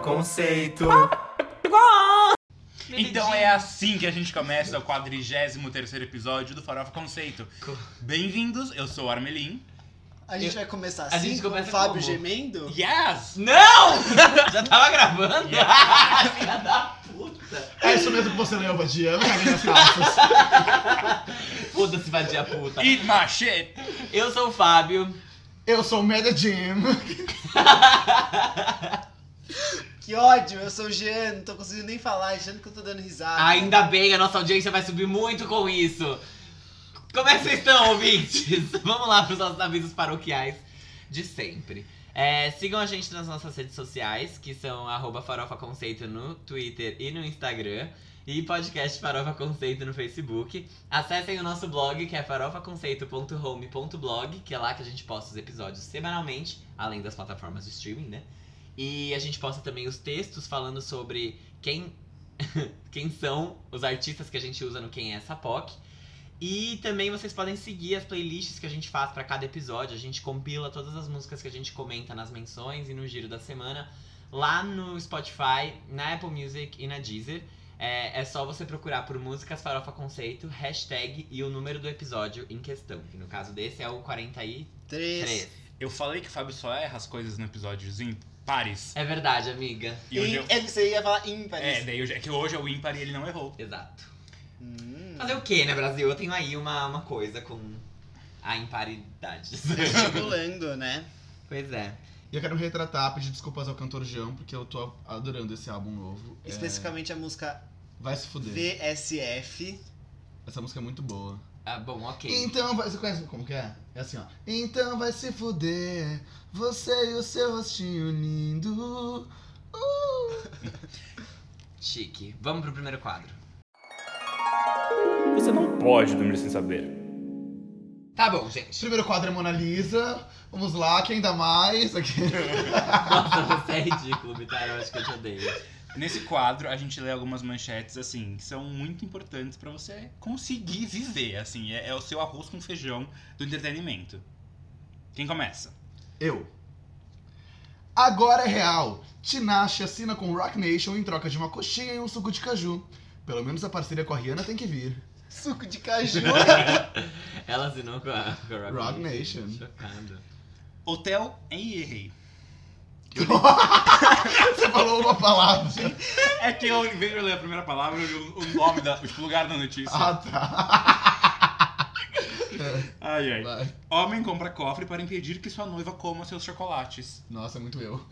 conceito. Então é assim que a gente começa o 43 episódio do Farofa Conceito. Co- Bem-vindos, eu sou o Armelin. A gente vai começar a assim, gente com começa o Fábio como? gemendo? Yes! Não! Já tava gravando? Filha da puta! É isso mesmo que você leu, Badia. Eu não caguei nas calças. Foda-se, vadia puta. Eat my shit! Eu sou o Fábio. Eu sou o Meda Jim. Que ódio, eu sou o Jean, não tô conseguindo nem falar, achando que eu tô dando risada. Ainda bem, a nossa audiência vai subir muito com isso. Como é que vocês estão, ouvintes? Vamos lá para os nossos avisos paroquiais de sempre. É, sigam a gente nas nossas redes sociais, que são arroba farofa conceito no Twitter e no Instagram. E podcast Farofa Conceito no Facebook. Acessem o nosso blog, que é farofaconceito.home.blog, que é lá que a gente posta os episódios semanalmente, além das plataformas de streaming, né? E a gente posta também os textos falando sobre quem quem são os artistas que a gente usa no Quem é essa POC. E também vocês podem seguir as playlists que a gente faz pra cada episódio. A gente compila todas as músicas que a gente comenta nas menções e no giro da semana lá no Spotify, na Apple Music e na Deezer. É, é só você procurar por Músicas Farofa Conceito, hashtag e o número do episódio em questão. Que no caso desse é o 43. Três. Eu falei que o Fábio só erra as coisas no episódio ímpares. É verdade, amiga. E hoje Im- eu... é, Você ia falar ímpar. É, daí hoje- é que hoje é o ímpar e ele não errou. Exato. Hum. Fazer o que, né, Brasil? Eu tenho aí uma, uma coisa com a imparidade. Estimulando, né? pois é. E eu quero retratar, pedir desculpas ao cantor Jean, porque eu tô adorando esse álbum novo. É, Especificamente a música Vai se fuder. VSF. Essa música é muito boa. Ah, bom, ok. Então vai. Você conhece como que é? É assim, ó. Então vai se fuder. Você e o seu rostinho lindo. Chique. Vamos pro primeiro quadro. Você não pode dormir sem saber. Tá bom, gente. Primeiro quadro é Mona Lisa. Vamos lá, quem dá mais? Aqui. Nossa, você é ridículo, Bitar. Eu acho que eu te odeio. Nesse quadro, a gente lê algumas manchetes, assim, que são muito importantes pra você conseguir viver, assim. É, é o seu arroz com feijão do entretenimento. Quem começa? Eu. Agora é real. Tinashe assina com Rock Nation em troca de uma coxinha e um suco de caju. Pelo menos a parceria com a Rihanna tem que vir. Suco de caju. Ela assinou com a, com a Rock Nation. Chocado. Hotel em Errei. Você falou uma palavra. É que eu, em vez de eu ler a primeira palavra, eu li o o nome, da, o lugar da notícia. Ah, tá. Ai, ai. Vai. Homem compra cofre para impedir que sua noiva coma seus chocolates. Nossa, é muito eu.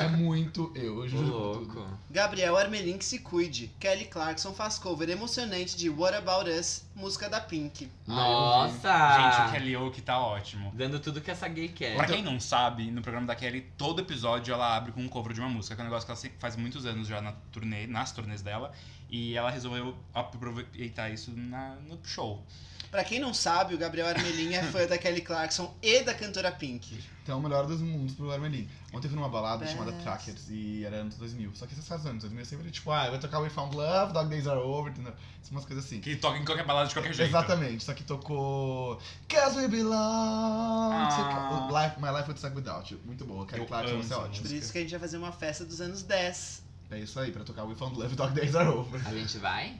É muito eu, eu Ô, juro. por tudo. louco. Gabriel Armelin que se cuide. Kelly Clarkson faz cover emocionante de What About Us, música da Pink. Gente, o Ah. Nossa! Kelly Oak tá ótimo. Dando tudo que essa gay É. quer. Pra quem não sabe, no programa da Kelly, todo episódio ela abre com um cover de uma música, que é um negócio que ela se- faz muitos anos já na turnê, nas turnês dela, e ela resolveu aproveitar isso na- no show. Pra quem não sabe, o Gabriel Armelin é fã da Kelly Clarkson e da cantora Pink. Então, o melhor dos mundos pro Armelin. Ontem eu fui numa balada chamada Trackers e era anos 2000. Só que essas casas anos 2000 sempre tipo, ah, vai tocar We Found Love, Dog Days Are Over, entendeu? Umas coisas assim. Que toca em qualquer balada de qualquer jeito. Exatamente, só que tocou Cause We Belong Ah. to Life, My Life Would Suck Without You. Muito boa, Kelly Eu Clarkson, amo você é essa ótimo. Por isso que a gente vai fazer uma festa dos anos 10. É isso aí, pra tocar We Found Love Dog Days Are Over. A gente vai?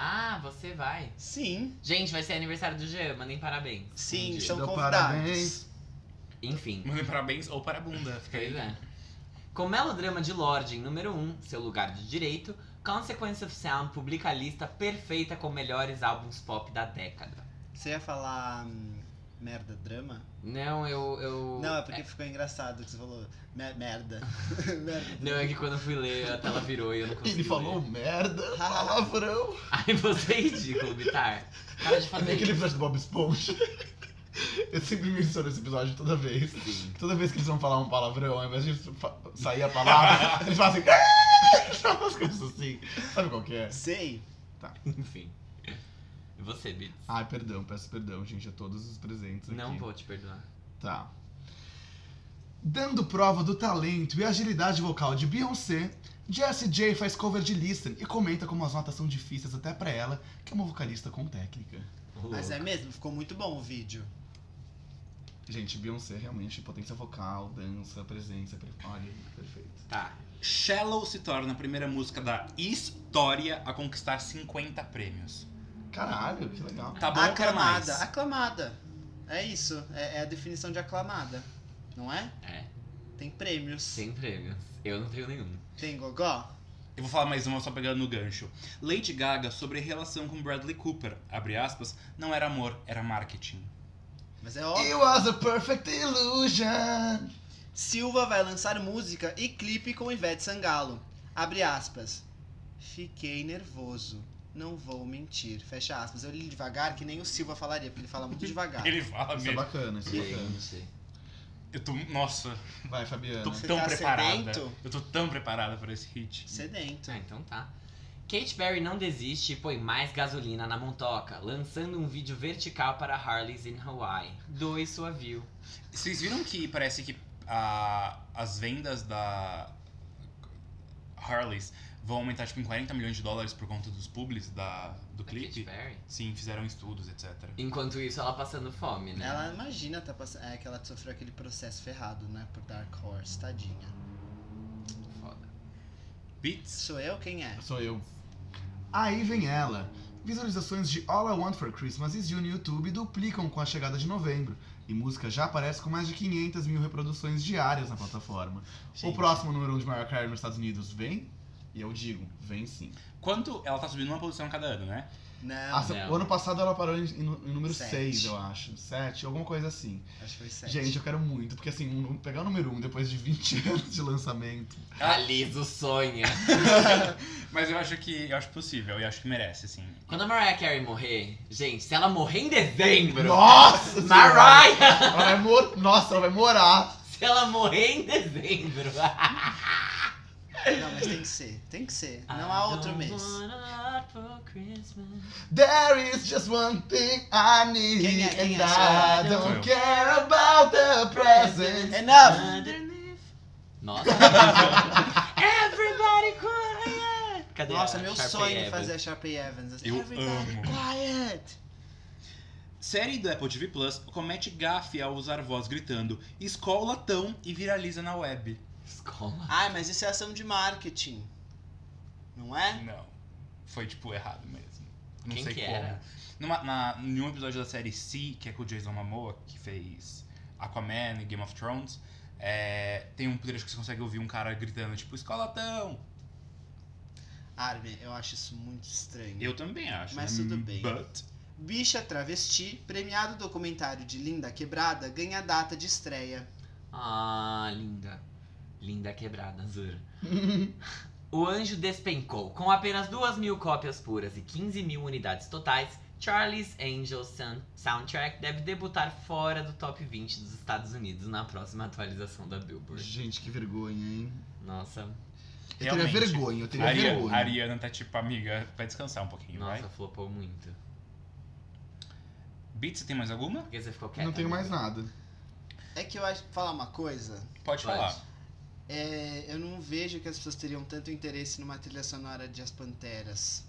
Ah, você vai. Sim. Gente, vai ser aniversário do Jean. Mandem parabéns. Sim, Um dia. são Dou convidados. Enfim. Mandem parabéns ou para a bunda. Fica Pois aí. é. Com melodrama de Lorde em número 1, seu lugar de direito, Consequence of Sound publica a lista perfeita com melhores álbuns pop da década. Você ia falar hum, merda, drama? Não, eu. eu... Não, é porque ficou engraçado que você falou mer- merda. merda. Não, é que quando eu fui ler a tela virou e eu não consegui. Ele falou ler. merda, palavrão. Ai, você é ridículo, Bitar. Para de É fazer nem aquele isso. episódio do Bob Esponja. Eu sempre me ensino esse episódio toda vez. Sim. Toda vez que eles vão falar um palavrão, ao invés de fa- sair a palavra, eles fazem. "Ah!" Umas coisas assim. Sabe qual que é? Sei. Enfim. E você, Bits? Ai, perdão, peço perdão, gente, a todos os presentes Ah, aqui. Não vou te perdoar. Tá. Dando prova do talento e agilidade vocal de Beyoncé, Jessie J faz cover de Listen e comenta como as notas são difíceis até pra ela, que é uma vocalista com técnica. Ô, Mas é louco. mesmo, ficou muito bom o vídeo. Gente, Beyoncé realmente potência vocal, dança, presença, pre... olha, perfeito. Tá. Shallow se torna a primeira música da história a conquistar 50 prêmios. Caralho, que legal. Tá bom pra aclamada, mais. aclamada. É isso. É, é a definição de aclamada. Não é? É. Tem prêmios. Sem prêmios. Eu não tenho nenhum. Tem gogó? Eu vou falar mais uma só pegando no gancho. Lady Gaga sobre relação com Bradley Cooper, abre aspas, não era amor, era marketing. Mas é óbvio. It was a perfect illusion. Silva vai lançar música e clipe com Ivete Sangalo. Abre aspas. Fiquei nervoso. Não vou mentir. Fecha aspas. Eu li devagar que nem o Silva falaria, porque ele fala muito devagar. Ele fala Isso é mesmo. bacana, isso é bacana. Gente. Eu tô, nossa, Vai, eu Fabiana. tô Você tão tá preparada. sedento? Eu tô tão preparada pra esse hit. Sedento. Ah, então tá. Kate Berry não desiste e põe mais gasolina na montoca, lançando um vídeo vertical para Harley's in Hawaii. Doe sua view. Vocês viram que parece que a- as vendas da Harley's vão aumentar tipo em 40 milhões de dólares por conta dos publis da, do Da Katy clipe? Perry. Sim, fizeram estudos, etc. Enquanto isso, ela passando fome, né? Ela imagina tá passando. É que ela sofreu aquele processo ferrado, né? Por Dark Horse, tadinha. Foda. Beats? Sou eu? Quem é? Sou eu. Aí vem ela. Visualizações de All I Want for Christmas Is You no YouTube duplicam com a chegada de novembro. E música já aparece com mais de 500 mil reproduções diárias na plataforma. O Gente. próximo número 1 de maior carreira nos Estados Unidos vem? E eu digo, vem sim. Quanto ela tá subindo uma posição cada ano, né? Não, Ah, se- não. o ano passado ela parou em, em nu- em número Sete. 6, eu acho. 7, alguma coisa assim. acho que foi sete. Gente, eu quero muito, porque assim, um- pegar o número 1 depois de 20 anos de lançamento. Realiza o sonho. Mas eu acho que eu acho possível e acho que merece, assim. sim. Quando a Mariah Carey morrer, gente, se ela morrer em dezembro, Nossa! senhora! Mariah! Ela vai mor... Nossa, ela vai morar! Se ela morrer em dezembro. Não, mas tem que ser. Tem que ser. Não há outro mês. There is just one thing I need Quem é? Quem é? and I Sou eu. don't care about the present. Enough! Nossa. Everybody quiet. Cadê Nossa, a meu Sharpay sonho Evans? é fazer a Sharpay Evans. Eu Everybody amo. quiet! Série do Apple TV Plus comete gafe ao usar voz gritando escola tão e viraliza na web. Escola. Ai, mas isso é ação de marketing. Não é? Não. Foi tipo errado mesmo. Não Quem sei que como. era? Numa, na, em um episódio da série C, que é com o Jason Momoa, que fez Aquaman e Game of Thrones, é, tem um trecho que você consegue ouvir um cara gritando, tipo, escolatão! Armin, eu acho isso muito estranho. Eu também acho. Mas né? tudo bem. But, Bicha Travesti, premiado documentário de Linda Quebrada, ganha data de estreia. Ah, linda. Linda quebrada, Zura. O anjo despencou. Com apenas 2 mil cópias puras e 15 mil unidades totais, Charlie's Angel Sun Soundtrack deve debutar fora do top 20 dos Estados Unidos na próxima atualização da É. Billboard. Gente, que vergonha, hein? Nossa, Eu Realmente. teria vergonha, eu teria Ari- vergonha. Ariana tá tipo, amiga, vai descansar um pouquinho, vai? nossa, flopou muito. Beats, tem mais alguma? Porque você ficou quieta. Não tenho né? mais nada. É que eu acho. Falar uma coisa. Pode, Pode. falar. é, eu não vejo que as pessoas teriam tanto interesse numa trilha sonora de As Panteras.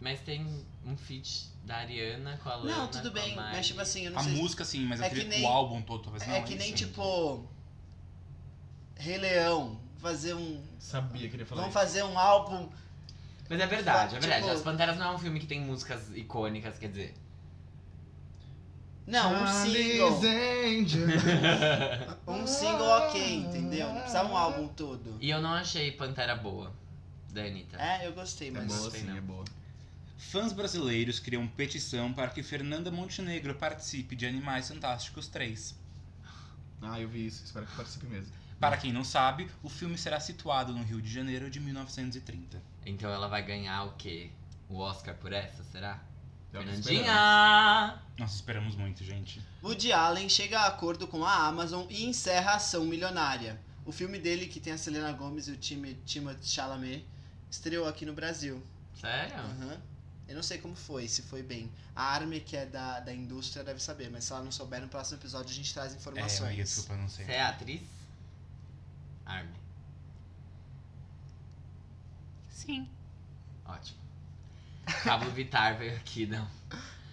Mas tem um feat da Ariana com a Lana. Não, tudo com a bem, Miley. mas tipo assim, eu não é A sei. música sim, mas É aquele- que nem- o álbum todo talvez não. é que nem isso. tipo. Rei Leão. Fazer um. Sabia, queria Vamos fazer um álbum. Mas é verdade, é Tipo- verdade. As Panteras não é um filme que tem músicas icônicas, quer dizer. Não, um single. Um single ok, entendeu? Não precisava um álbum todo. E eu não achei Pantera boa, da Anitta. É, eu gostei, É mas. boa, sei sim, não. é boa. Fãs brasileiros criam petição para que Fernanda Montenegro participe de Animais Fantásticos 3. Ah, eu vi isso, espero que participe mesmo. Para quem não sabe, o filme será situado no Rio de Janeiro de 1930. Então ela vai ganhar o quê? O Oscar por essa, será? É o que esperamos. Fernandinha! Nós esperamos muito, gente. Woody Allen chega a acordo com a Amazon e encerra a Ação Milionária. O filme dele, que tem a Selena Gomez e o time Timothée Chalamet, estreou aqui no Brasil. Sério? Aham. Eu não sei como foi, se foi bem. A Arme, que é da, da indústria, deve saber, mas se ela não souber, no próximo episódio a gente traz É, eu ia, informações. desculpa, eu não sei. Você é atriz? Armin. Sim. Ótimo. Pablo Vittar veio aqui dar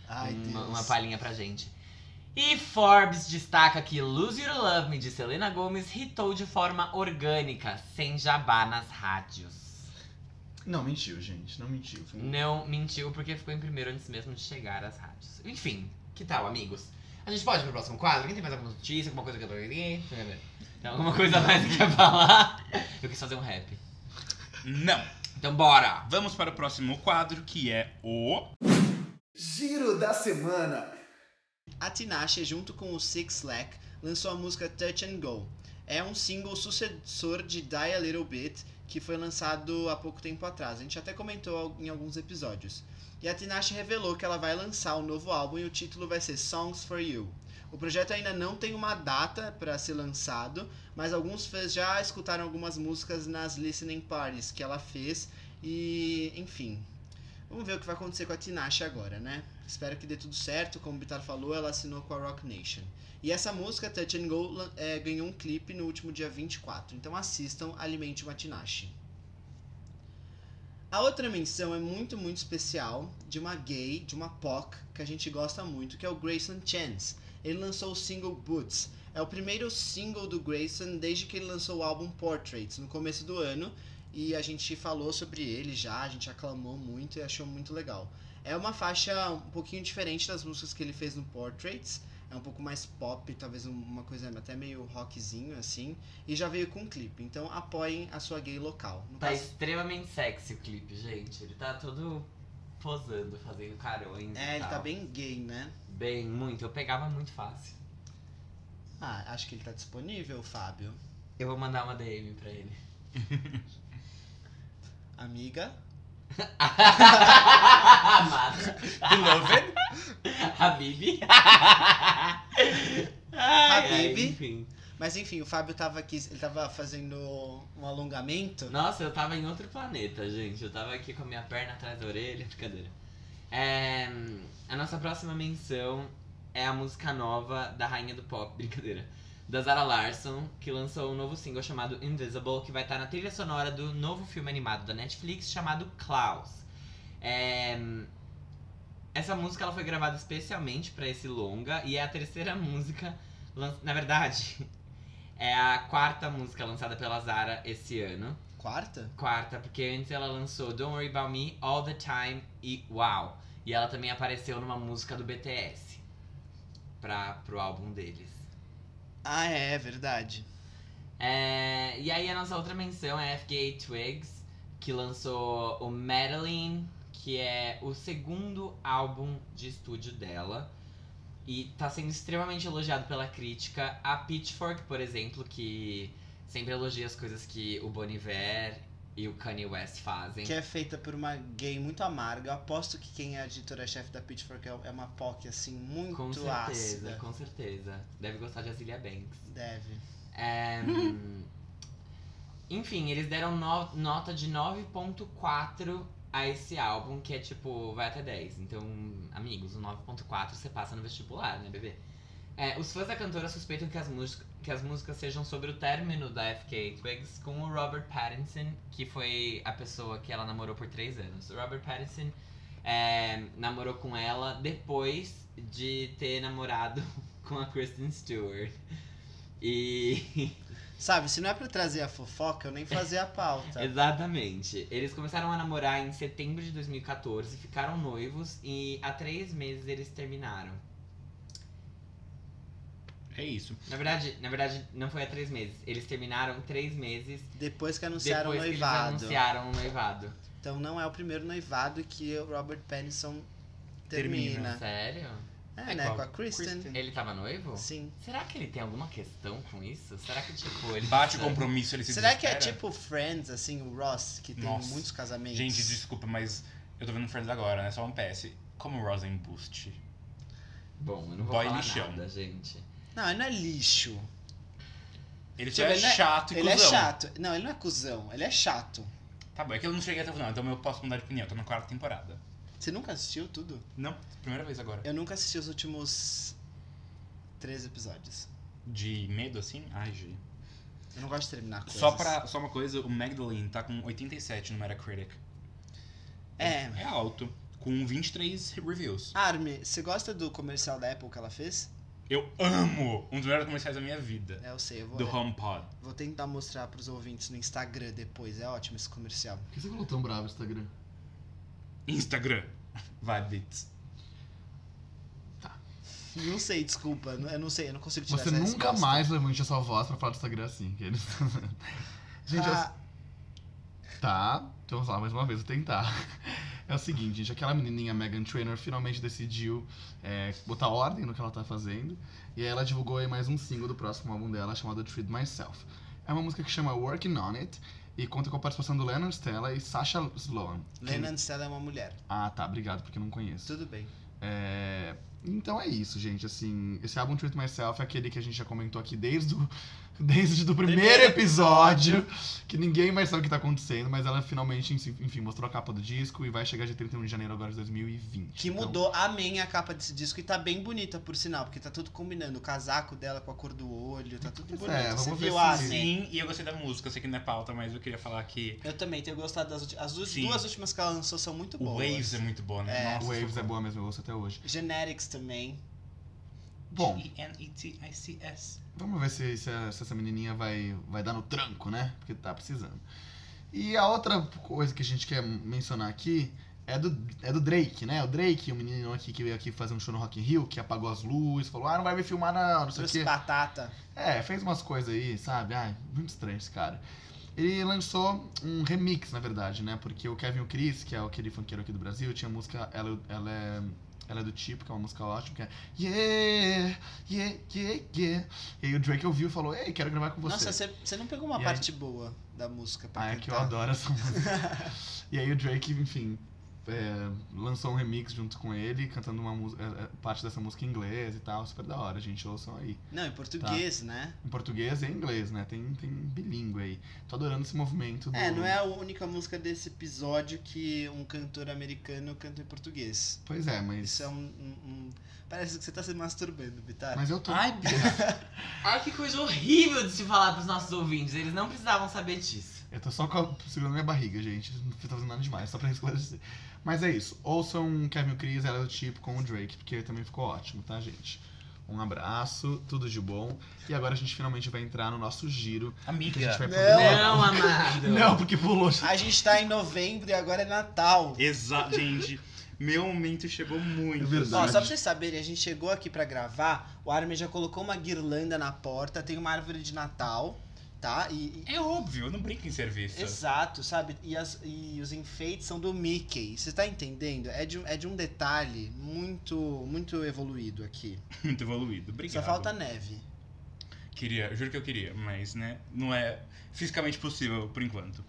Ai, uma, Deus. uma palhinha pra gente. E Forbes destaca que Lose Your Love Me de Selena Gomez hitou de forma orgânica, sem jabá nas rádios. Não, mentiu, gente. Não mentiu. Não mentiu porque ficou em primeiro antes mesmo de chegar às rádios. Enfim, que tal, amigos? A gente pode ir pro próximo quadro? Quem tem mais alguma notícia, alguma coisa que eu tô Tem alguma coisa a mais que quer falar? Eu quis fazer um rap. Não. Então bora! Vamos para o próximo quadro, que é o... Giro da semana. A Tinashe, junto com o Six Lack, lançou a música Touch and Go. É um single sucessor de Die a Little Bit, que foi lançado há pouco tempo atrás. A gente até comentou al- em alguns episódios. E a Tinashe revelou que ela vai lançar o novo álbum e o título vai ser Songs for You. O projeto ainda não tem uma data para ser lançado, mas alguns fãs já escutaram algumas músicas nas listening parties que ela fez e, enfim, Vamos ver o que vai acontecer com a Tinashe agora, né? Espero que dê tudo certo. Como o Bitar falou, ela assinou com a Rock Nation. E essa música, Touch and Go, lan- é, ganhou um clipe no último dia 24. Então assistam Alimente uma Tinashe. A outra menção é muito, muito especial de uma gay, de uma POC, que a gente gosta muito, que é o Grayson Chance. Ele lançou o single Boots. É o primeiro single do Grayson desde que ele lançou o álbum Portraits, no começo do ano, e a gente falou sobre ele já, a gente aclamou muito e achou muito legal. É uma faixa um pouquinho diferente das músicas que ele fez no Portraits, é um pouco mais pop, talvez um- uma coisa até meio rockzinho assim, e já veio com um clipe, então apoiem a sua gay local. No Tá caso- extremamente sexy o clipe, gente. Ele tá todo posando, fazendo carões. e É, ele tá tal. bem gay, né? Bem, muito. Eu pegava muito fácil. Ah, acho que ele tá disponível, Fábio. Eu vou mandar uma DM pra ele. Amiga, Amada. Beloved. Habib. Habib. Enfim. Mas enfim, o Fábio tava aqui, ele tava fazendo um alongamento. Nossa, eu tava em outro planeta, gente. Eu tava aqui com a minha perna atrás da orelha. Brincadeira. É, a nossa próxima menção é a música nova da Rainha do Pop. Brincadeira. Da Zara Larson, que lançou um novo single chamado Invisible, que vai estar na trilha sonora do novo filme animado da Netflix chamado Klaus. É, essa música ela foi gravada especialmente pra esse longa e é a terceira música. lan- Na verdade, é a quarta música lançada pela Zara esse ano. Quarta? Quarta, porque antes ela lançou Don't Worry About Me, All The Time e Wow. E ela também apareceu numa música do BTS pra, pro álbum deles. Ah, é, é verdade. É, e aí a nossa outra menção é a FKA Twigs, que lançou o Madeline, que é o segundo álbum de estúdio dela. E tá sendo extremamente elogiado pela crítica. A Pitchfork, por exemplo, que sempre elogia as coisas que o Bon Iver e o Kanye West fazem. Que é feita por uma gay muito amarga. Eu aposto que quem é a editora-chefe da Pitchfork é uma POC, assim, muito Com certeza, ácida. com certeza. Deve gostar de Azilia Banks. Deve. É, hum, Enfim, eles deram no- nota de 9.4 a esse álbum, que é tipo, vai até 10. Então, amigos, o 9.4 você passa no vestibular, né, bebê? É, os fãs da cantora suspeitam que as, mús- que as músicas sejam sobre o término da FK Twigs com o Robert Pattinson, que foi a pessoa que ela namorou por três anos. O Robert Pattinson é, namorou com ela depois de ter namorado com a Kristen Stewart. E. Sabe, se não é pra trazer a fofoca, eu nem fazer a pauta. Exatamente. Eles começaram a namorar em setembro de 2014, ficaram noivos e há três meses eles terminaram. É isso. Na verdade, na verdade, não foi há três meses. Eles terminaram três meses Depois que anunciaram depois o que eles noivado. anunciaram o noivado. Então não é o primeiro noivado que o Robert Pattinson Termina. termina. Sério? É, né? qual? Com a Kristen. Kristen. Ele tava noivo? Sim. Será que ele tem alguma questão com isso? Será que, tipo, ele. Bate o compromisso, ele se Será que é desespera? tipo Friends, assim, o Ross, que tem Nossa. muitos casamentos? Gente, desculpa, mas eu tô vendo Friends agora, né? Só um PS. Como o Rosen Boost. Bom, eu não vou Boy falar lixão. nada, gente. Não, ele não é lixo. Ele Tipo, só é ele é- chato e ele é cuzão. chato. Não, ele não é cuzão, ele é chato. Tá bom, é que eu não cheguei até o final, então eu posso mudar de opinião. Eu tô na quarta temporada. Você nunca assistiu tudo? Não, primeira vez agora. Eu nunca assisti os últimos três episódios. De medo, assim? Ai, Gi. Eu não gosto de terminar coisas. Só, pra, só uma coisa, o Magdalene tá com 87 no Metacritic. É. É alto. Com 23 reviews. Armin, você gosta do comercial da Apple que ela fez? Eu amo um dos melhores comerciais da minha vida. É, eu sei, eu vou, Do é, HomePod. vou tentar mostrar pros ouvintes no Instagram depois. É ótimo esse comercial. Por que você falou tão bravo no Instagram? Instagram. Vai, Bits. Não sei, desculpa. Eu não- Eu não sei, eu não consigo tirar Você essa nunca resposta. mais levante a sua voz pra falar do Instagram assim. Que eles... gente, eu- Ah, Tá, então vamos lá mais uma vez, vou tentar. É o seguinte, gente, aquela menininha Megan Trainor finalmente decidiu é, botar ordem no que ela tá fazendo. E aí ela divulgou aí mais um single do próximo álbum dela, chamado Treat Myself. É uma música que chama Working On It e conta com a participação do Lennon Stella e Sasha Sloan. que- Lennon Stella é uma mulher. Ah, tá, obrigado, porque eu não conheço. Tudo bem. É, Então é isso, gente. Assim, esse álbum Treat Myself é aquele que a gente já comentou aqui desde o, desde o primeiro, Primeiro episódio, que ninguém mais sabe o que tá acontecendo, mas ela finalmente, enfim, mostrou a capa do disco e vai chegar dia 31 de janeiro agora de 2020. Que Então, mudou, amém a capa desse disco e tá bem bonita, por sinal, porque tá tudo combinando. O casaco dela com a cor do olho, tá tudo Pois bonito. é, Você vamos ver viu se- a né? Sim, e eu gostei da música. Eu sei que não é pauta, mas eu queria falar que Eu também tenho gostado das últimas. As du- Sim. duas últimas que ela lançou são muito o boas. Waves é muito boa, né? Nossa, Waves é boa mesmo, eu ouço até hoje. Genetics também. Bom, G-E-N-E-T-I-C-S. Vamos ver se, se a- se essa menininha vai, vai dar no tranco, né? Porque tá precisando. E a outra coisa que a gente quer mencionar aqui é do, é do Drake, né? O Drake, o menino aqui que veio aqui fazer um show no Rock in Rio, que apagou as luzes, falou, ah, não vai me filmar não, não sei o Trouxe quê. batata. É, fez umas coisas aí, sabe? Ai, muito estranho esse cara. Ele lançou um remix, na verdade, né? Porque o Kevin Chris, que é aquele funkeiro aqui do Brasil, tinha a música Ela, ela, é, ela é do Tipo, que é uma música ótima, que é Yeah, yeah, yeah, yeah. E aí o Drake ouviu e falou, ei, quero gravar com você. Nossa, tá. você- você não pegou uma E aí? parte boa da música pra Ah, é cantar. que eu adoro essa música. e aí o Drake, enfim, é, lançou um remix junto com ele, cantando uma mus- é, é, parte dessa música em inglês e tal. Super da hora, gente. Ouçam aí. Não, em português, né? Em português e em inglês, né? Tem, tem bilíngue aí. Tô adorando esse movimento do... É, não é a única música desse episódio que um cantor americano canta em português. Pois é, mas... Isso é um. um- um- Parece que você tá se masturbando, Bitar. Mas eu tô... Ai, Bia. Ai, que coisa horrível de se falar pros nossos ouvintes. Eles não precisavam saber disso. Eu tô só com a- segurando minha barriga, gente. Não tô fazendo nada demais, só pra esclarecer. Mas é isso. Ouçam Kevin Chris, ela é do tipo, com o Drake, porque também ficou ótimo, tá, gente? Um abraço, tudo de bom. E agora a gente finalmente vai entrar no nosso giro. Que a gente Amiga. vai Não. poder- Não, amado. Não, porque pulou. A gente tá em novembro e agora é Natal. Exato, gente. Meu momento chegou muito. É verdade. Ó, só pra vocês saberem, a gente chegou aqui pra gravar, o Armin já colocou uma guirlanda na porta, tem uma árvore de Natal, tá? E, e- É óbvio, eu não brinco em serviço. Exato, sabe? E, as- e os enfeites são do Mickey. Você tá entendendo? É de, um- é de um detalhe muito muito evoluído aqui. Muito evoluído. Obrigado. Só falta neve. Queria, juro que eu queria, mas né, não é fisicamente possível por enquanto.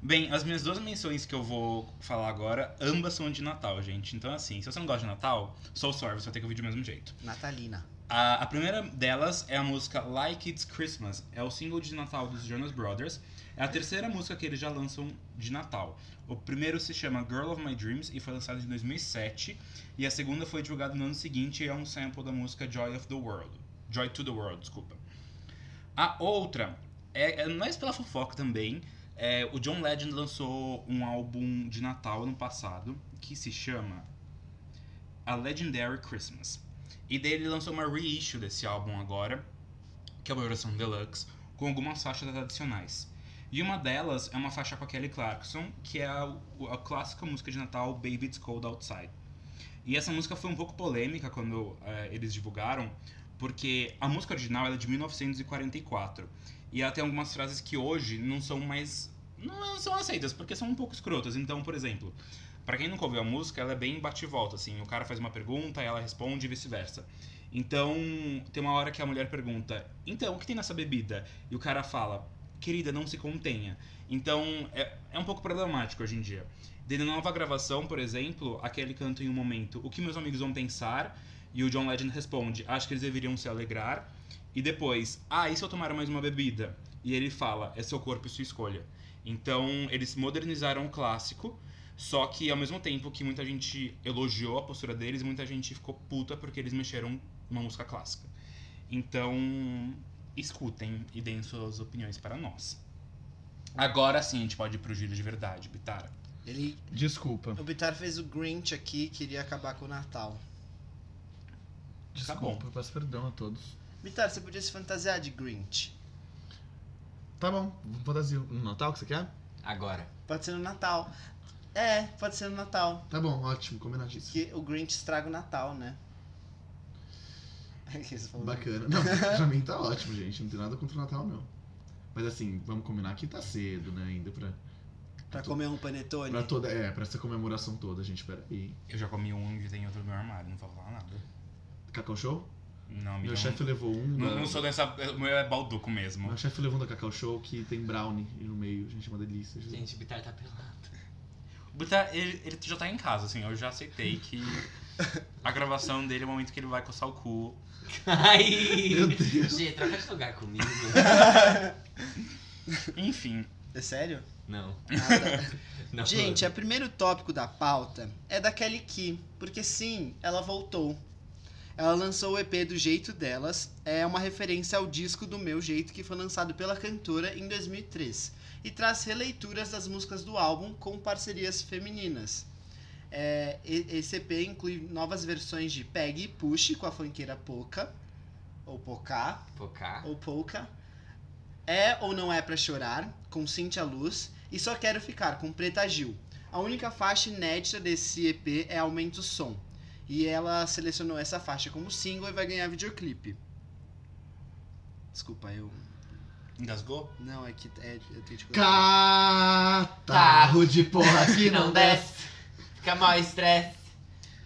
Bem, as minhas duas menções que eu vou falar agora, ambas são de Natal, gente. Então, assim, se você não gosta de Natal, sou sorry, você vai ter que ouvir do mesmo jeito. Natalina. A, a primeira delas é a música Like It's Christmas, é o single de Natal dos Jonas Brothers. É a terceira música que eles já lançam de Natal. O primeiro se chama Girl of My Dreams e foi lançado em 2007. E a segunda foi divulgada no ano seguinte e é um sample da música Joy of the World. Joy to the World, desculpa. A outra, é, é, mais pela fofoca também, é, o John Legend lançou um álbum de Natal ano passado que se chama A Legendary Christmas. E daí ele lançou uma reissue desse álbum agora, que é uma versão deluxe, com algumas faixas adicionais. E uma delas é uma faixa com a Kelly Clarkson, que é a, a clássica música de Natal Baby It's Cold Outside. E essa música foi um pouco polêmica quando eh, eles divulgaram, porque a música original ela é de 1944. E ela tem algumas frases que hoje não são mais. não são aceitas, porque são um pouco escrotas. Então, por exemplo, pra quem nunca ouviu a música, ela é bem bate-volta, assim. O cara faz uma pergunta, ela responde e vice-versa. Então, tem uma hora que a mulher pergunta: Então, o que tem nessa bebida? E o cara fala: Querida, não se contenha. Então, é, é um pouco problemático hoje em dia. Daí, na nova gravação, por exemplo, aquele canta em um momento: O que meus amigos vão pensar? E o John Legend responde: Acho que eles deveriam se alegrar. E depois: Ah, e se eu tomar mais uma bebida? E ele fala: É seu corpo e sua escolha. Então, eles modernizaram o clássico. Só que, ao mesmo tempo que muita gente elogiou a postura deles, muita gente ficou puta porque eles mexeram uma música clássica. Então, escutem e deem suas opiniões para nós. Agora sim a gente pode ir pro giro de verdade, Bitara. Ele, Desculpa. o Bitar fez o Grinch aqui, queria acabar com o Natal. Desculpa, eu peço perdão a todos. Vitor, você podia se fantasiar de Grinch. Tá bom, fantasia. No Natal tá que você quer? Agora. Pode ser no Natal. É, pode ser no Natal. Tá bom, ótimo, combinadíssimo. Que o Grinch estraga o Natal, né? Que você falou? Bacana. Não, pra mim tá ótimo, gente. Não tem nada contra o Natal, não. Mas assim, vamos combinar que tá cedo, né? Ainda pra. Pra comer um panetone? Pra toda. É, pra essa comemoração toda, gente. Peraí. Eu já comi um e tem outro no meu armário, não vou falar nada. Cacau Show? Não, me Meu dá um- chefe levou um. Não, da- não sou dessa. O meu é balduco mesmo. Meu chefe levou um da Cacau Show que tem brownie no meio. Gente, é uma delícia. Jesus. Gente, o Bitar tá pelado. Buta, ele, ele já tá em casa, assim, eu já aceitei que a gravação dele é o momento que ele vai coçar o cu. Ai! Meu Deus. Gê, troca de lugar comigo. Enfim, É sério? Não. Ah, tá. Não. Gente, é o primeiro tópico da pauta é da Kelly Key, porque sim, ela voltou. Ela lançou o EP do jeito delas, é uma referência ao disco do meu jeito que foi lançado pela cantora em 2003 e traz releituras das músicas do álbum com parcerias femininas. É, e- esse EP inclui novas versões de Peg e Push com a funkeira Poca ou Pocá, Focar. ou Polka. É ou não é pra chorar, com Cintia Luz. E só quero ficar com Preta Gil. A única faixa inédita desse EP é Aumenta o Som. E ela selecionou essa faixa como single e vai ganhar videoclipe. Desculpa, eu. engasgou? Não, é que. É, eu tenho que Catarro de porra que Que não desce. Fica mal estresse.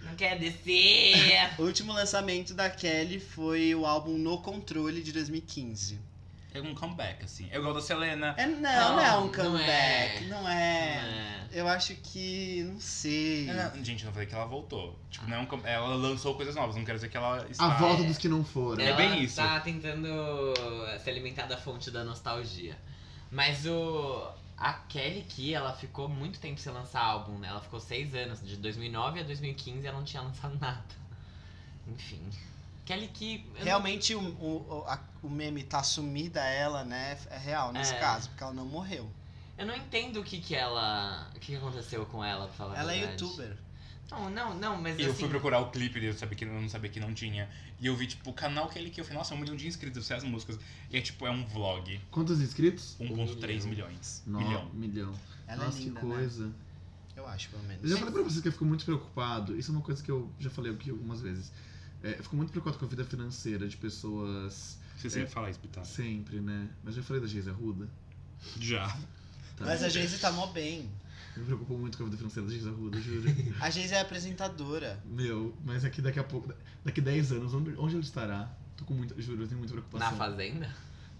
Não quer descer. O último lançamento da Kelly foi o álbum No Controle de 2015. É um comeback, assim. É igual da Selena. É, não, não, é um Não, não comeback. é. Não é. É. Eu acho que. Não sei. Ela- gente, eu não falei que ela voltou. Tipo, não é um come- ela lançou coisas novas, não quero dizer que ela está. A volta dos que não foram. É. Ela bem isso. tá tentando se alimentar da fonte da nostalgia. Mas o. A Kelly Key, ela ficou muito tempo sem lançar álbum, né? Ela ficou seis anos, de 2009 a 2015 ela não tinha lançado nada. Enfim. Kelly Key. eu não- Realmente o, o, o- a- o meme tá sumida ela, né? É real nesse É. caso, porque ela não morreu. Eu não entendo o que que ela. O que que aconteceu com ela, pra falar a ela é verdade. youtuber. Não, não, não, mas E eu assim. fui procurar o clipe dele, eu sabia que eu não sabia que não tinha. E eu vi, tipo, o canal que ele que eu falei, nossa, um milhão de inscritos, você as músicas. E é tipo, é um vlog. Quantos inscritos? 1.3 milhões. No- Um Milhão. milhão. Ela Nossa, é linda, que coisa. né? Eu acho, pelo menos. Eu já falei pra vocês que eu fico muito preocupado. Isso é uma coisa que eu já falei aqui algumas vezes. É, eu fico muito preocupado com a vida financeira de pessoas Você sempre fala isso, Pitá. sempre, né? Mas eu já falei da Geisa Ruda. Já. Tá? Mas a Geise tá mó bem. Eu me preocupo muito com a vida financeira da Geisa Ruda, juro. A Geise é apresentadora. Meu, mas aqui daqui a pouco, daqui 10 anos, onde, onde ela estará? Tô com muito, juro, eu tenho muita Na preocupação. Fazenda?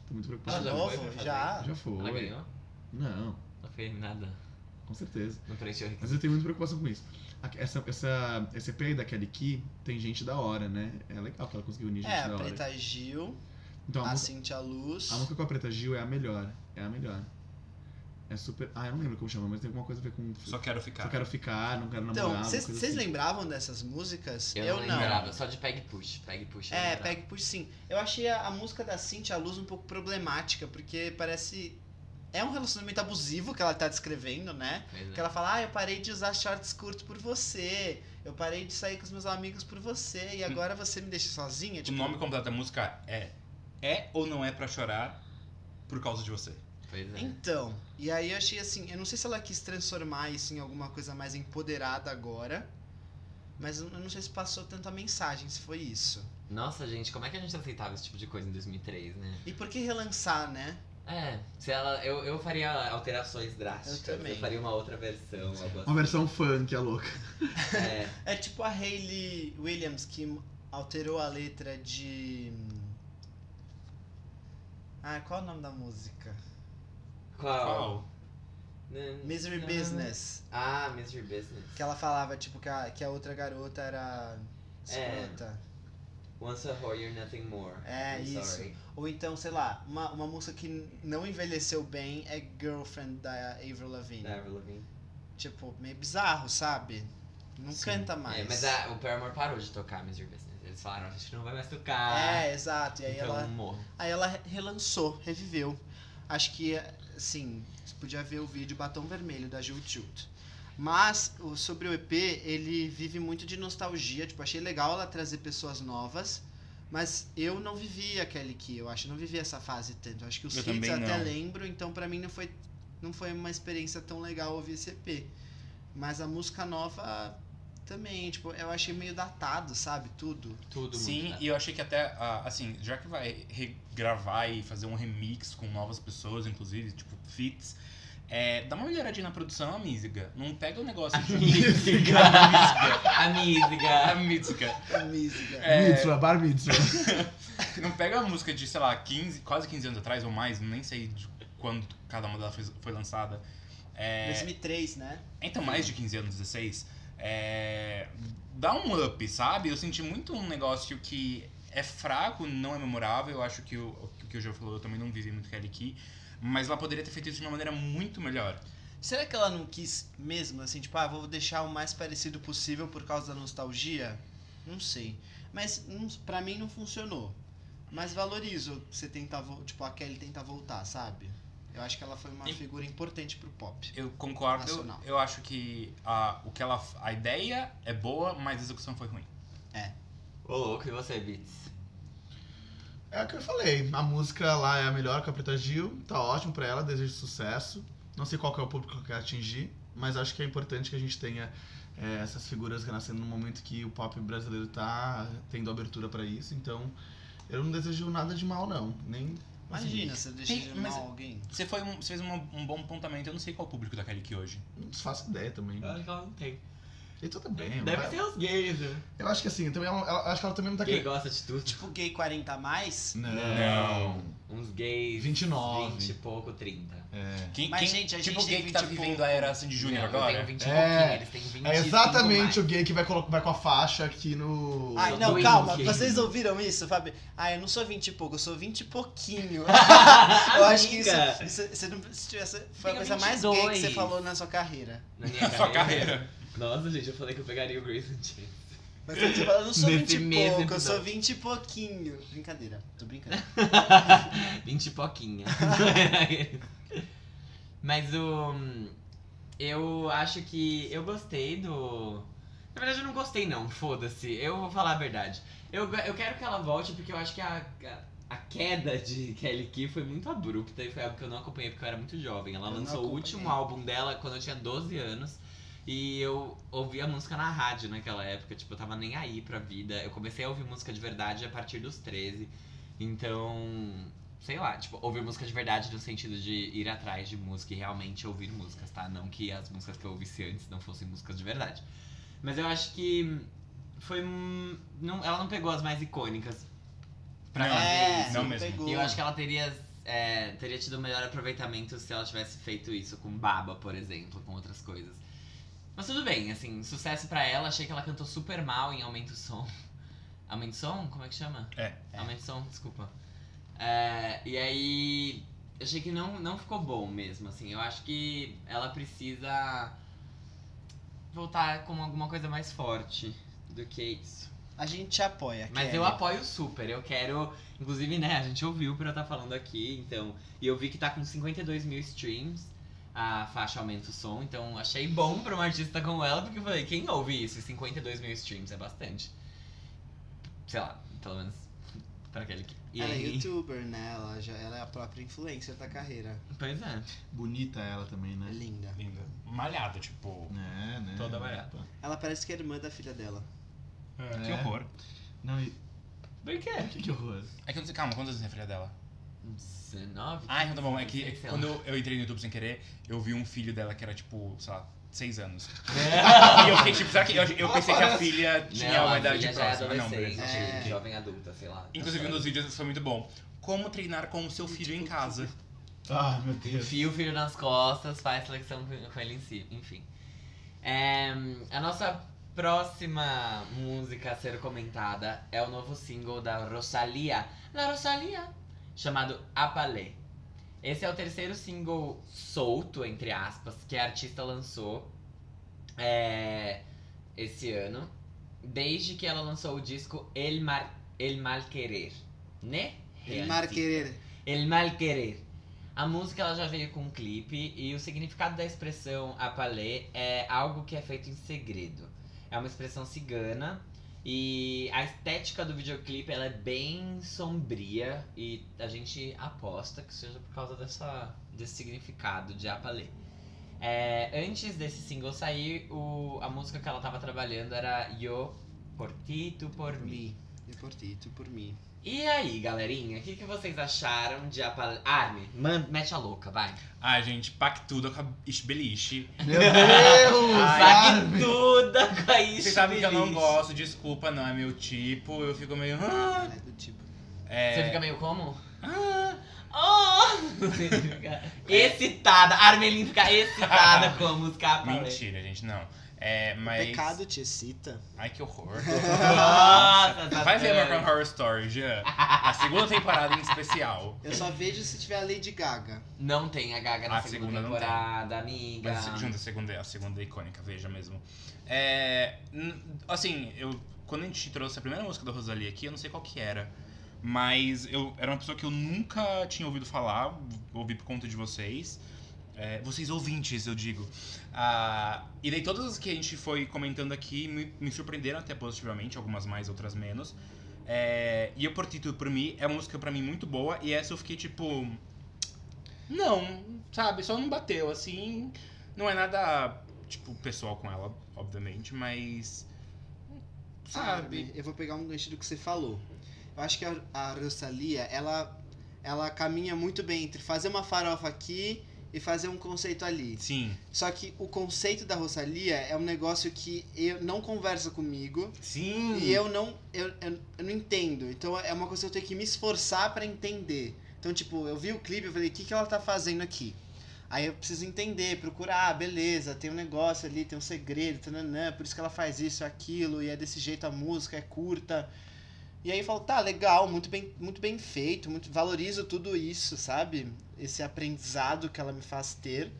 Tô muito De preocupado. já novo, foi pra fazer? Ah, já. Já foi. Ela ganhou? Não, Não fez nada. com certeza. Não preencheu o Mas requisito. eu tenho muita preocupação com isso. A- Essa, essa, essa EP aí da Kelly Key tem gente da hora, né? É legal que ela conseguiu unir gente É, da a hora. Preta Gil, Então, a, a música- Cintia Luz. a música com a Preta Gil é a melhor. É a melhor. É super. Ah, eu não lembro como chama, mas tem alguma coisa a ver com. Só quero ficar. Só quero ficar, não quero namorar. Então, uma vocês coisa vocês assim. lembravam dessas músicas? Eu, não lembrava, só de peg e push. Peg e push. eu É, lembrava. pegue por sim. Eu achei a, a música da Cintia Luz um pouco problemática, porque parece. É um relacionamento abusivo que ela tá descrevendo, né? Pois é. Que ela fala, ah, eu parei de usar shorts curtos por você. Eu parei de sair com os meus amigos por você. E agora você me deixa sozinha? Tipo, O nome completo da música é É ou não é pra chorar por causa de você. Pois é. Então, e aí eu achei assim, eu não sei se ela quis transformar isso em alguma coisa mais empoderada agora. Mas eu eu não sei se passou tanta mensagem, se foi isso. Nossa, gente, como é que a gente aceitava esse tipo de coisa em 2003, né? E por que relançar, né? É, se ela. Eu, eu faria alterações drásticas. Eu também. faria uma outra versão. algo Uma assim. versão funk, a louca. É, É tipo a Hayley Williams que alterou a letra de. Ah, qual é o nome da música? qual? Qual? Nan- Misery nan- Business. Ah, Misery Business. Que ela falava, tipo, que a, que a outra garota era É. escrota. Once a whore, you're nothing more. É, I'm isso. Sorry. Ou então, sei lá, uma, uma música que não envelheceu bem é Girlfriend da Avril Lavigne. Da Avril Lavigne. Tipo, meio bizarro, sabe? Não Sim. canta É, mais. mas a, o Paramore parou de tocar Misery Business. Eles falaram, a gente não vai mais tocar. É, exato. E aí, então ela, morro. aí ela relançou, reviveu. Acho que, assim, você podia ver o vídeo Batom Vermelho da Jill Tilt. Mas o- sobre o EP, ele vive muito de nostalgia. Tipo, achei legal ela trazer pessoas novas. Mas eu não vivi a Kelly Key, eu acho. Eu não vivi essa fase tanto. Eu acho que os Eu hits também até não. lembro, então pra mim não foi, não foi uma experiência tão legal ouvir esse EP. Mas a música nova também, tipo, eu achei meio datado, sabe? Tudo. Tudo Sim, muito, né? e eu achei que até, ah, assim, já que vai regravar e fazer um remix com novas pessoas, inclusive, tipo, fits, é, dá uma melhoradinha na produção, amiga. Não pega o negócio de... Mísiga. A A mísiga. música. A música. É. Mitzvah, bar mitzvah. Não pega uma música de, sei lá, 15, quase 15 anos atrás ou mais, nem sei de quando cada uma delas foi, foi lançada. É, 2003, né? então, mais de 15 anos, 16. É, dá um up, sabe? Eu senti muito um negócio que é fraco, não é memorável. Eu acho que o, o que o Joe falou, eu também não vivi muito Kelly Key. Mas ela poderia ter feito isso de uma maneira muito melhor. Será que ela não quis mesmo, assim, tipo, ah, vou deixar o mais parecido possível por causa da nostalgia? Não sei. Mas não, pra mim não funcionou. Mas valorizo você tentar, vo- tipo, a Kelly tentar voltar, sabe? Eu acho que ela foi uma E- figura importante pro pop. Eu concordo. Eu, Nacional. eu acho que a, o que ela, a ideia é boa, mas a execução foi ruim. Ô, louco, e você, Beats? É o que eu falei. A música lá é a melhor com a Preta Gil. Tá ótimo pra ela, desejo sucesso. Não sei qual que é o público que ela quer atingir, mas acho que é importante que a gente tenha é, essas figuras renascendo num momento que o pop brasileiro tá tendo abertura pra isso. Então, eu não desejo nada de mal, não. Nem. assim, Imagina, você deixa Tem- de mas- mal alguém. Você, foi um- você fez uma- um bom pontamento. Eu não sei qual é o público da Kelly Key hoje. não desfaço ideia também. Eu acho que ela não tem. E tudo bem. Deve vai- ser os gays, né? tá Eu acho que assim, também ela, ela- acho que ela também não tá Quem querendo. gosta de tudo? Tipo, gay 40 a mais? Não. Uns gays. 29. 20 e pouco, 30. É. Quem, Mas, quem- gente, a tipo gente quem tem que tá 20 e vivendo pouco. a era Sandy Júnior Não, Eu agora? tenho 20 e É. pouquinho, eles têm 20 É exatamente o gay que vai, colo- vai com a faixa aqui no. Ai, Eu não, tô calma, indo, vocês querido. ouviram isso, Fábio? Ah, eu não sou 20 e pouco, eu sou 20 e pouquinho. eu Eu acho que isso, isso- você não- isso- essa foi a Tenho coisa mais gay que você 22. falou na sua carreira. Na minha Sua carreira. Nossa, gente, eu falei que eu pegaria o Grayson James. Mas quando você fala, eu não sou Nesse 20 e mesmo pouco, eu sou episódio. 20 e pouquinho. Brincadeira, tô brincando. 20 e pouquinha. Mas o. Eu acho que. Eu gostei do. Na verdade, eu não gostei, não. Foda-se. Eu vou falar a verdade. Eu, go- eu quero que ela volte porque eu acho que a. a... a queda de Kelly Key foi muito abrupta e foi algo que eu não acompanhei porque eu era muito jovem. Ela Eu não lançou o acompanhei. último álbum dela quando eu tinha 12 anos e eu ouvia música na rádio naquela época. Tipo, eu tava nem aí pra vida. Eu comecei a ouvir música de verdade a partir dos 13. Então, sei lá, tipo, ouvir música de verdade no sentido de ir atrás de música e realmente ouvir músicas, tá? Não que as músicas que eu ouvisse antes não fossem músicas de verdade. Mas eu acho que foi. hum, Não, ela não pegou as mais icônicas. Pra Não, fazer é, isso. não mesmo. pegou. E eu acho que ela teria, é, teria tido um melhor aproveitamento se ela tivesse feito isso com Baba, por exemplo, com outras coisas. Mas tudo bem, assim, sucesso pra ela. Achei que ela cantou super mal em Aumento Som. Aumento Som? Como é que chama? É. Aumento Som, desculpa. É, e aí, achei que não, não ficou bom mesmo, assim. Eu acho que ela precisa voltar com alguma coisa mais forte do que isso. A gente te apoia, É Mas Kelly. eu apoio super, eu quero. Inclusive, né, a gente ouviu pra eu estar falando aqui, então. E eu vi que tá com 52 mil streams a faixa Aumenta o Som, então achei bom pra uma artista como ela, porque eu falei, quem ouve isso? 52 mil streams é bastante. Sei lá, pelo menos pra aquele que. E Ela é aí. youtuber, né? Ela, já, ela é a própria influencer da carreira. Pois é. Bonita ela também, É né? linda. Linda. Malhada, tipo. É, né? Toda malhada. Ela parece que é irmã da filha dela. Que É. horror. Não, e. Por quê? Que, que horror. É que eu não sei, calma, quantas vezes é a filha dela? 19? Ah, então tá bom. É que, é que Sei lá. quando eu, eu entrei no YouTube sem querer, eu vi um filho dela que era tipo, sei lá, 6 anos. Não, E eu fiquei tipo, será que. Eu, eu pensei que a filha tinha a uma idade filha já é próxima. Ah, Não, adolescente, beleza. É. jovem adulta, sei lá. Inclusive, um dos vídeos foi muito bom. Como treinar com o seu filho em casa. Ai, Ah, meu Deus. Enfia o filho nas costas, faz flexão com com ele em si, enfim. É, a nossa próxima música a ser comentada é o novo single da Rosalia, La Rosalia, chamado Apalé. Esse é o terceiro single solto, entre aspas, que a artista lançou é, esse ano, desde que ela lançou o disco El, Mar, El Mal Querer, né? Mar querer. El Mal Querer. A música ela já veio com um clipe e o significado da expressão apalé é algo que é feito em segredo. É uma expressão cigana e a estética do videoclipe ela é bem sombria e a gente aposta que seja por causa dessa, desse significado de apalé. É, antes desse single sair, o- a música que ela estava trabalhando era Yo Por Ti, Tu Por Mi. E por ti, tu por mim. E aí, galerinha, o que, que vocês acharam de Apalé? Armin, man- mete a louca, vai. Ah, gente, pactuda com a Ish beliche. Meu Deus! Ai, sabe? tudo com a Vocês sabem que eu não Ishbelis. gosto, desculpa, não é meu tipo. Eu fico meio. "Ah", É do tipo. é, Você fica meio como? "Ah", Oh! Você fica excitada. A Armelin fica excitada com a música Apalé. Mentira, gente, não. É, mas. Pecado te excita. Ai, que horror. Nossa, tá Vai ver Satã. American Horror Story, Jean. A segunda temporada em especial. Eu só vejo se tiver a Lady Gaga. Não tem a Gaga na A segunda, Ah, segunda não tem. temporada, amiga. Mas, junto, a segunda, a segunda é icônica, veja mesmo. É, n- assim, eu, quando a gente trouxe a primeira música da Rosalie aqui, eu não sei qual que era. Mas eu era uma pessoa que eu nunca tinha ouvido falar, ouvi por conta de vocês. É, vocês ouvintes, eu digo. Ah, e daí todas as que a gente foi comentando aqui me, me surpreenderam até positivamente, algumas mais, outras menos. É, e eu por título por mim é uma música pra mim muito boa, e essa eu fiquei tipo. Não, sabe, só não bateu, assim. Não é nada, tipo, pessoal com ela, obviamente, mas. Sabe? Armin, Eu vou pegar um gancho do que você falou. Eu acho que a, a Rosalia, ela, ela caminha muito bem entre fazer uma farofa aqui e fazer um conceito ali. Sim, Só que o conceito da Rosalia é um negócio que eu não conversa comigo sim. e eu não eu, eu, eu não entendo. Então é uma coisa que eu tenho que me esforçar pra entender. Então, tipo, eu vi o clipe e falei, o que, que ela tá fazendo aqui? Aí eu preciso entender, procurar, beleza, tem um negócio ali, tem um segredo, tananã, por isso que ela faz isso, aquilo, e é desse jeito a música, é curta. E aí eu falo, tá, legal, muito bem, muito bem feito, muito, valorizo tudo isso, sabe? Esse aprendizado que ela me faz ter.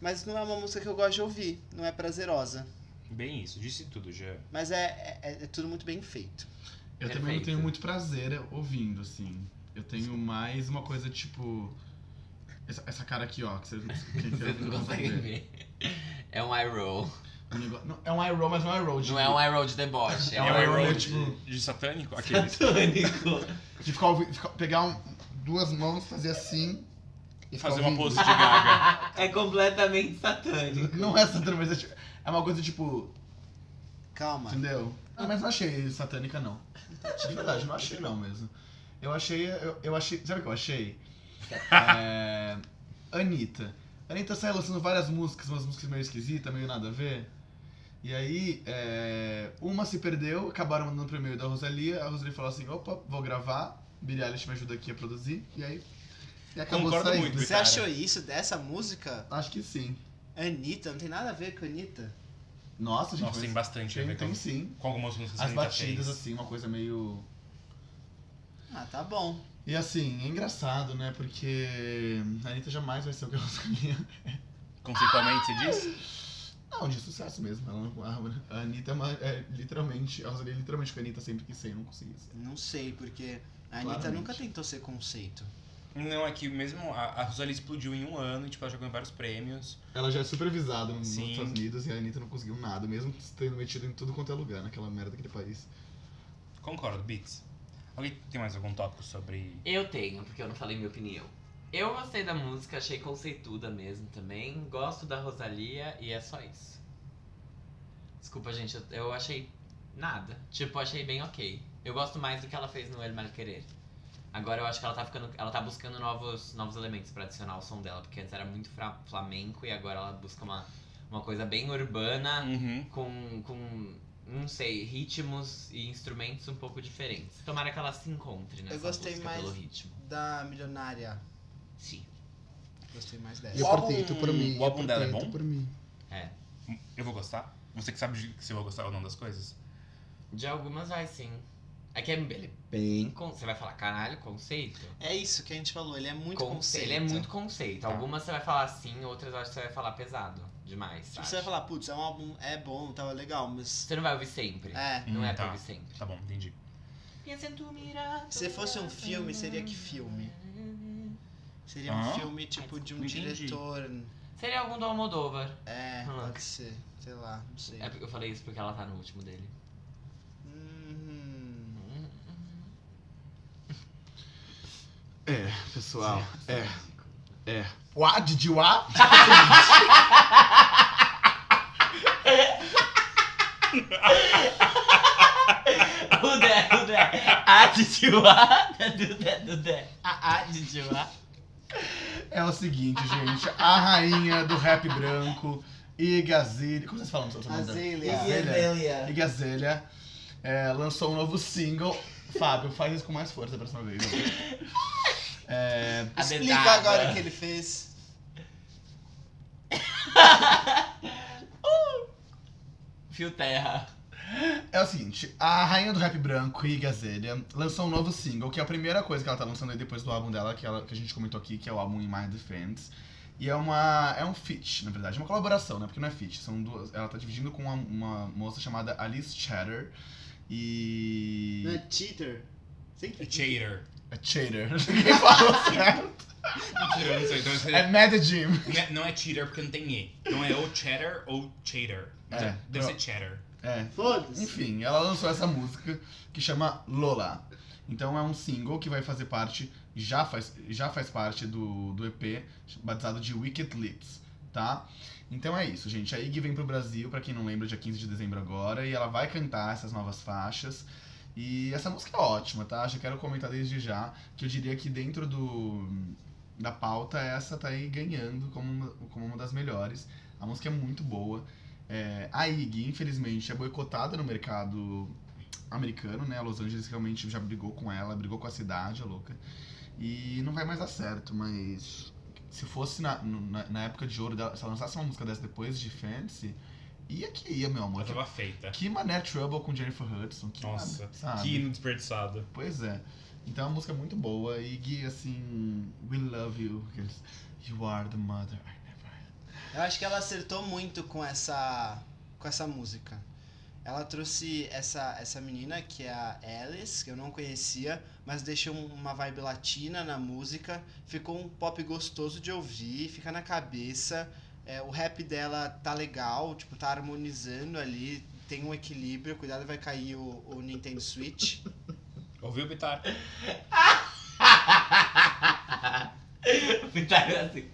Mas não é uma música que eu gosto de ouvir, não é prazerosa. Bem isso, disse tudo já. Mas é, é, é tudo muito bem feito. Eu também não Perfeito. tenho muito prazer ouvindo, assim. Eu tenho mais uma coisa tipo. Essa, essa cara aqui, ó, que vocês que Vocês não conseguem ver. É um eye roll. Um negócio- não, é um eye roll, mas não é eye roll. Não é um eye roll de deboche. É É um um eye eye roll roll, de... tipo- De satânico? Aqueles. Tônico. De ficar, ouvi- ficar- pegar um- duas mãos, fazer assim. E Fazer ficar uma ouvindo. pose de gaga. é completamente satânico. Não é satânica, mas é, tipo- é uma coisa tipo. Calma. Entendeu? Não, mas não achei satânica, não. De verdade, não achei, não mesmo. Eu achei. Eu, eu achei. Sabe o que eu achei? É, Anitta. Anitta sai lançando várias músicas, umas músicas meio esquisitas, meio nada a ver. E aí, é, uma se perdeu, acabaram mandando pro e-mail da Rosalia. A Rosalia falou assim: opa, vou gravar. Billie Eilish me ajuda aqui a produzir. E aí. E acabou Concordo saindo. muito. Você Cara. achou isso dessa música? Acho que sim. Anitta, não tem nada a ver com Anitta. Nossa, gente. Nossa, tem mas bastante a tem, ver com, tem sim. com algumas músicas que As a Anitta batidas, fez. assim, uma coisa meio. Ah, tá bom. E assim, é engraçado, né? Porque a Anitta jamais vai ser o que ela sabia. Conceitualmente, você diz? Não, de sucesso mesmo. Ela não, a- a Anitta é, uma, é literalmente. A Rosalia é literalmente o que a Anitta sempre quis ser e não conseguia ser. Não sei, porque a Claramente. Anitta nunca tentou ser conceito. Não, é que mesmo a, a Rosalie explodiu em um ano e, tipo, ela jogou em vários prêmios. Ela já é supervisada nos Sim. Estados Unidos e a Anitta não conseguiu nada, mesmo tendo metido em tudo quanto é lugar naquela merda daquele país. Concordo, Beats. Alguém tem mais algum tópico sobre. Eu tenho, porque eu não falei minha opinião. Eu gostei da música, achei conceituda mesmo também. Gosto da Rosalia e é só isso. Desculpa, gente, eu, eu achei nada. Tipo, achei bem ok. Eu gosto mais do que ela fez no El Mal Querer. Agora eu acho que ela tá ficando. Ela tá buscando novos, novos elementos pra adicionar ao som dela, porque antes era muito fra- flamenco e agora ela busca uma, uma coisa bem urbana Uhum. com, com, não sei, ritmos e instrumentos um pouco diferentes. Tomara que ela se encontre nessa gostei música mais- pelo ritmo. Da milionária. Sim. Gostei mais E eu dessa. álbum- portei por mim. o eu álbum dela é portei bom? Por mim. Eu vou gostar? Você que sabe de- se eu vou gostar ou não das coisas? De algumas vai sim. É que é ele é bem. con- Você vai falar, caralho, conceito? É isso que a gente falou, ele é muito Con- conceito. Ele é muito conceito. Tá. Algumas você vai falar sim, outras eu acho que você vai falar pesado demais. Tipo, acho. você vai falar, putz, é um álbum, é bom, tá legal, mas. Você não vai ouvir sempre. É. Não é Hum, pra tá. ouvir sempre. Tá bom, entendi. assim Se fosse um filme, seria que filme? Seria um Hã? filme tipo de um não entendi. diretor. Seria algum do Almodóvar. É, Ah. pode ser. Sei lá, não sei. É porque eu falei isso porque ela tá no último dele. Hum. Hum, hum. É, pessoal. É. É. Uá, Didi Uá? Dudé, Dudé. A Titiuá. Dudé, Dudé. A A Titiuá. É o seguinte, gente. A rainha do rap branco, Igazilha. Como vocês falam no seu nome? Azealia. Igazilha. Igazilha. é, lançou um novo single. Fábio, faz isso com mais força a próxima vez. É, A Explica dedada. agora o que ele fez. Fio Terra. É o seguinte, a rainha do rap branco, Igazélia, lançou um novo single, que é a primeira coisa que ela tá lançando aí depois do álbum dela, que, ela- que a gente comentou aqui, que é o álbum In My Defense. E é uma. é um feat, na verdade, é uma colaboração, né? Porque não é feat, são duas. Ela tá dividindo com uma, uma moça chamada Alice Chatter e. Não é cheater. Sei É que- Chater. A Chater. Ninguém falou certo. Mentira, eu não sei. Então É seria... Mad Jim. Não é- Não é cheater porque não tem E. Então é ou cheddar ou chater. Mas É, é- deve pro- ser cheddar. É, Foda-se. Enfim, ela lançou essa música que chama Lola. Então é um single que vai fazer parte, já faz, já faz parte do, do EP batizado de Wicked Lips, tá? Então é isso, gente. A Iggy vem pro Brasil, pra quem não lembra, dia 15 de dezembro agora, e ela vai cantar essas novas faixas. E essa música é ótima, tá? Já quero comentar desde já que eu diria que dentro do da pauta essa tá aí ganhando como uma, como uma das melhores. A música é muito boa. É, a IG, infelizmente, é boicotada no mercado americano, né? A Los Angeles realmente já brigou com ela, brigou com a cidade, a louca. E não vai mais dar certo, mas se fosse na, no- na, na época de ouro dela, se ela lançasse uma música dessa depois de Fancy, ia que ia, meu amor. Ela tava feita. Que mané Trouble com Jennifer Hudson. Que Nossa, mané, sabe? Que hino desperdiçado. Pois é. Então é uma música muito boa. E Gui, assim, we love you. aqueles, You are the mother. I never. Eu acho que ela acertou muito com essa com essa música. Ela trouxe essa essa menina que é a Alice, que eu não conhecia, mas deixou um- uma vibe latina na música, ficou um pop gostoso de ouvir, fica na cabeça. É, o rap dela tá legal, tipo, tá harmonizando ali, tem um equilíbrio, cuidado vai cair o, o Nintendo Switch. Ouviu, Bitar? Coitado assim.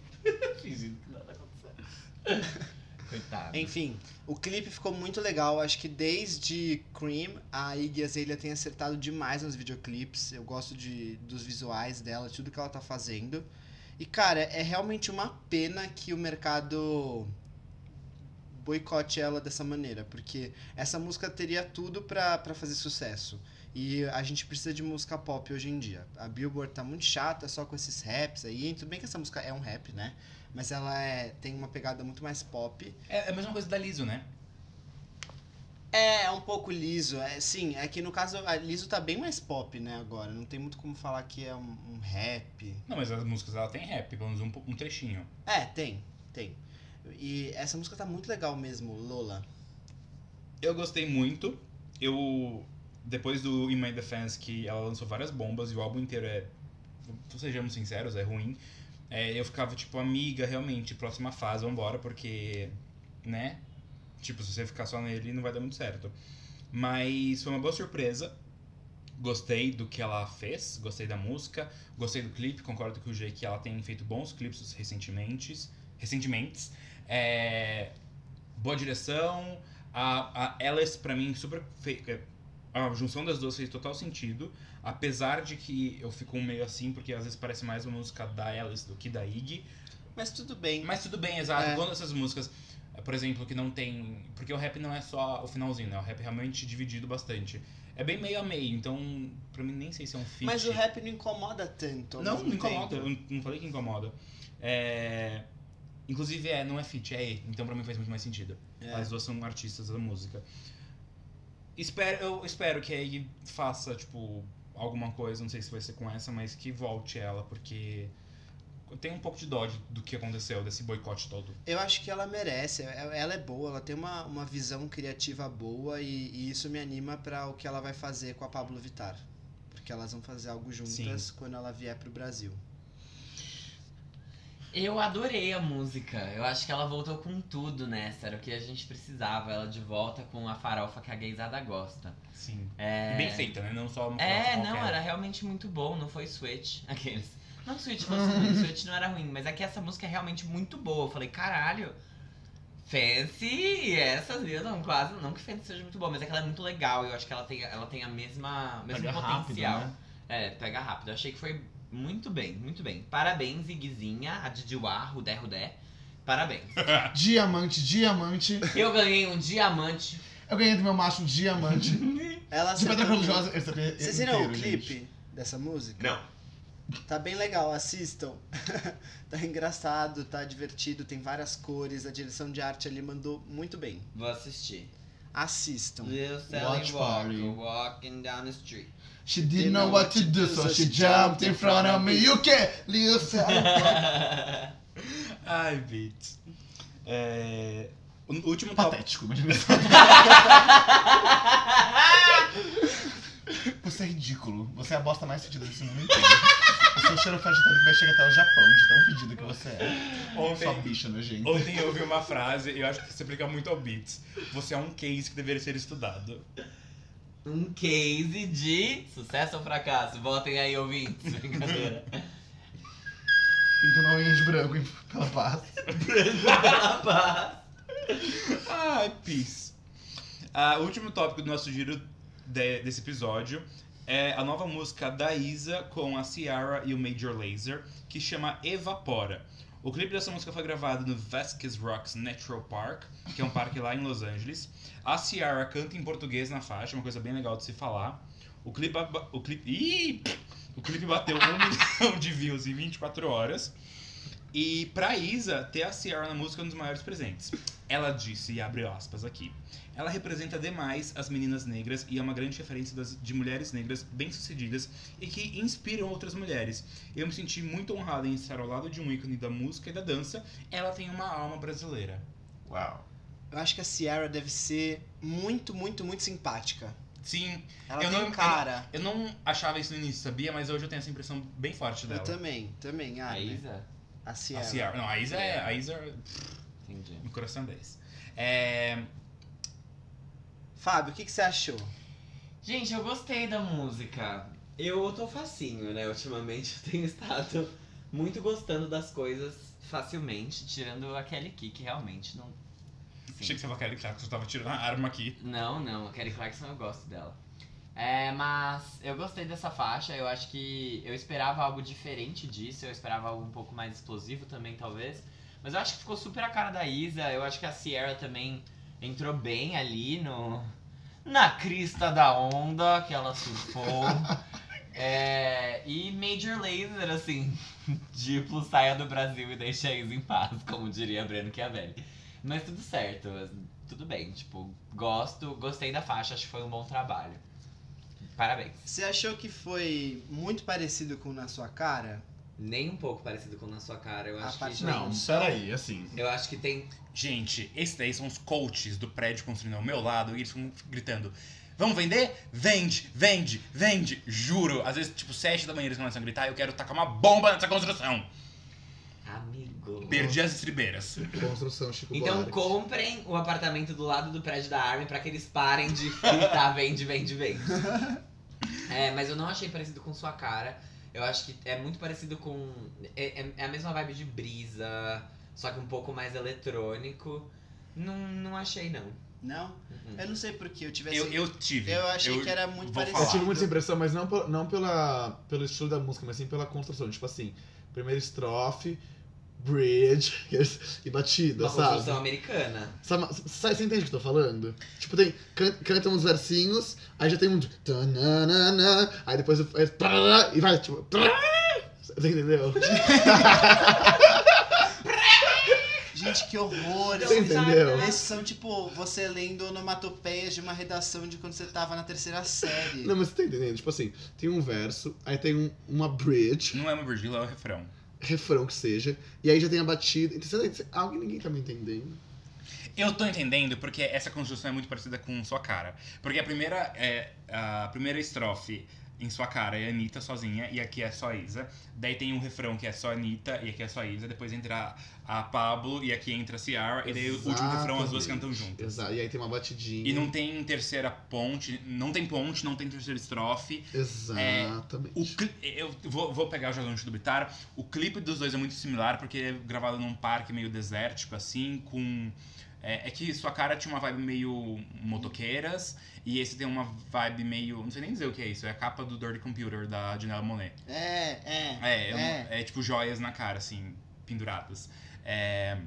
Fingindo que nada aconteceu. Coitado. Enfim, o clipe ficou muito legal. Acho que desde Cream, a Iggy Azalea tem acertado demais nos videoclipes. Eu gosto de, dos visuais dela, tudo que ela tá fazendo. E, cara, é realmente uma pena que o mercado boicote ela dessa maneira, porque essa música teria tudo pra pra fazer sucesso. E a gente precisa de música pop hoje em dia. A Billboard tá muito chata só com esses raps aí. Tudo bem que essa música é um rap, né? Mas ela é, tem uma pegada muito mais pop. É a mesma coisa da Liso, né? É, é um pouco liso. É, sim, é que no caso, a liso tá bem mais pop, né, agora. Não tem muito como falar que é um, um rap. Não, mas as músicas dela tem rap, pelo menos um, po- um trechinho. É, tem, tem. E essa música tá muito legal mesmo, Lola. Eu gostei muito. Eu. Depois do In My Defense, que ela lançou várias bombas e o álbum inteiro é. Sejamos sinceros, é ruim. É, eu ficava tipo, amiga, realmente, próxima fase, vambora, porque. Né? Tipo, se você ficar só nele, não vai dar muito certo. Mas foi uma boa surpresa. Gostei do que ela fez, gostei da música, gostei do clipe, concordo com o Jay que ela tem feito bons clipes recentemente. Recentemente. É, boa direção, a, a Alice, pra mim, super. fe- é, A junção das duas fez total sentido. Apesar de que eu fico meio assim, porque às vezes parece mais uma música da Alice do que da Iggy. Mas tudo bem. Mas tudo bem, exato. É. Quando essas músicas, é, por exemplo, que não tem. Porque o rap não é só o finalzinho, né? O rap é realmente dividido bastante. É bem meio a meio, então, pra mim, nem sei se é um feat. Mas o rap não incomoda tanto. ao Não, mesmo não incomoda. tempo. Eu não falei que incomoda. É, Inclusive, é, não é feat, é E. Então, pra mim, faz muito mais sentido. É. As duas É. são artistas da música. Espero, eu espero que a Iggy faça, tipo, alguma coisa, não sei se vai ser com essa, mas que volte ela, porque eu tenho um pouco de dó de- do que aconteceu, desse boicote todo. Eu acho que ela merece, e- ela é boa, ela tem uma, uma visão criativa boa e, e isso me anima pra o que ela vai fazer com a Pablo Vittar. Porque elas vão fazer algo juntas quando ela vier pro Brasil. Eu adorei a música. Eu acho que ela voltou com tudo nessa. Era o que a gente precisava. Ela de volta com a farofa que a gaysada gosta. Sim. É... E bem feita, né? Não só uma É, farofa não, qualquer. era realmente muito bom, não foi Switch. Aqueles. Não, Switch fosse ruim, Switch não era ruim, mas é que essa música é realmente muito boa. Eu falei, caralho, Fancy, essas eu não, quase. Não que Fancy seja muito boa, mas é que ela é muito legal. Eu acho que ela tem, ela tem a mesma mesmo Pega rápido, potencial. né? É, pega rápido. Eu achei que foi muito bem, muito bem. Parabéns, Iguizinha, a Didiwá, Rudé Rudé. Parabéns. né? Diamante, diamante. Eu ganhei um diamante. Eu ganhei do meu macho um diamante. Ela Tipo, De um tá Pedra acertou Cor-de-Rosa. tudo. Vocês viram o clipe dessa música? Não. Tá bem legal, assistam. tá engraçado, tá divertido, tem várias cores, a direção de arte ali mandou muito bem. Vou assistir. Assistam. Lil Então, Watch Sally party. Walker, walking down the street. She didn't know what to do, so she jumped in front of me. You can't leave Ai, Beats. É... O último tópico. Patético, imagina isso. Você é ridículo. Você é a bosta mais fedida desse mundo inteiro. O seu cheiro faz de tanto que vai chegar até o Japão, de tão fedido que você é. Sua Ontem, bicha nojenta. ontem eu ouvi uma frase, eu acho que se aplica muito ao Beats. Você é um case que deveria ser estudado. Um case de sucesso ou fracasso? Votem aí, ouvintes. Brincadeira. Pintando unha de Então branco hein, pela paz. Rapaz. Ai, peace. Ah, o último tópico do nosso giro de- desse episódio é a nova música da Isa com a Ciara e o Major Laser, que chama Evapora. O clipe dessa música foi gravado no Vasquez Rocks Natural Park, que é um parque lá em Los Angeles. A Ciara canta em português na faixa, uma coisa bem legal de se falar. O clipe, aba- o clipe, Ih! o clipe bateu 1 milhão de views em 24 horas. E pra Isa, ter a Ciara na música é um dos maiores presentes. Ela disse, e abre aspas aqui, ela representa demais as meninas negras e é uma grande referência das- de mulheres negras bem-sucedidas e que inspiram outras mulheres. Eu me senti muito honrada em estar ao lado de um ícone da música e da dança. Ela tem uma alma brasileira. Uau. Eu acho que a Ciara deve ser muito, muito, muito simpática. Sim, Ela Eu tem não- cara. eu não achava isso no início, sabia? Mas hoje eu tenho essa impressão bem forte Eu dela. também, também, ah, A né? Isa? A A Ciara. Ciara. Não, a Isa é. A Isa é Entendi. no coração 10. É. Fábio, o que, que você achou? Gente, eu gostei da música. Eu tô facinho, né? Ultimamente eu tenho estado muito gostando das coisas facilmente, tirando a Kelly Key, que realmente não. Sim. Achei que você falou que eu tava tirando a arma aqui. Não, não, a Kelly Clarkson eu gosto dela. É, mas eu gostei dessa faixa, eu acho que eu esperava algo diferente disso, eu esperava algo um pouco mais explosivo também, talvez. Mas eu acho que ficou super a cara da Isa, eu acho que a Sierra também entrou bem ali no. Na crista da onda que ela surfou. É, e Major Laser, assim, tipo, saia do Brasil e deixa a Isa em paz, como diria Breno Chiavelli. Mas tudo certo, tudo bem, tipo, gosto, gostei da faixa, acho que foi um bom trabalho. Parabéns. Você achou que foi muito parecido com Na Sua Cara? Nem um pouco parecido com na sua cara, eu A acho parte que. Não, peraí, assim. Eu acho que tem. Gente, esses daí são os coaches do prédio construindo ao meu lado e eles ficam gritando: Vamos vender? Vende, vende, vende. Juro. Às vezes, tipo, sete da manhã eles começam a gritar: Eu quero tacar uma bomba nessa construção. Amigo. Perdi as estribeiras. Construção, Chico Então Buarque. comprem o apartamento do lado do prédio da Armin pra que eles parem de gritar vende, vende, vende. É, mas eu não achei parecido com sua cara. Eu acho que é muito parecido com. É, é- é a mesma vibe de brisa, só que um pouco mais eletrônico. Não, não achei, não. Não? Uhum. Eu não sei porque eu tivesse. Eu, eu tive. eu achei que era muito vou parecido. falar. Eu tive muita essa impressão, mas não, pe- não pela, pelo estilo da música, mas sim pela construção. Tipo assim, primeira estrofe, bridge e batida, Uma sabe? construção americana. sabe? Sabe- Você entende o que eu tô falando? Tipo, tem, can, canta uns versinhos, aí já tem um. de tananana, Aí depois. aí tarará, e vai, tipo. tarará. Você entendeu? Gente, que horror! Você entendeu? Esses são tipo você lendo onomatopeias de uma redação de quando você tava na terceira série. Não, mas você tá entendendo? Tipo assim, tem um verso, aí tem um- uma bridge, Não é uma virgília, é um refrão. refrão que seja, e aí já tem a batida. Então, você- você- Algo que ninguém tá me entendendo. Eu tô entendendo porque essa construção é muito parecida com sua cara. Porque a primeira, é, a primeira estrofe em sua cara é Anitta sozinha e aqui é só Isa. Daí tem um refrão que é só Anitta e aqui é só Isa. Depois entra a, a Pablo e aqui entra a Ciara. E daí o último refrão as duas Exatamente. cantam juntas. Exato. E aí tem uma batidinha. E não tem terceira ponte, não tem ponte, não tem terceira estrofe. Exatamente. É, O cli- Eu vou, vou pegar já o gancho do Bitar. O clipe dos dois é muito similar, porque é gravado num parque meio desértico, assim, com. É, é que sua cara tinha uma vibe meio motoqueiras, e esse tem uma vibe meio. Não sei nem dizer o que é isso, é a capa do Dirty Computer da Janela Monet. É, é. É, é, um- é tipo joias na cara, assim, penduradas. É,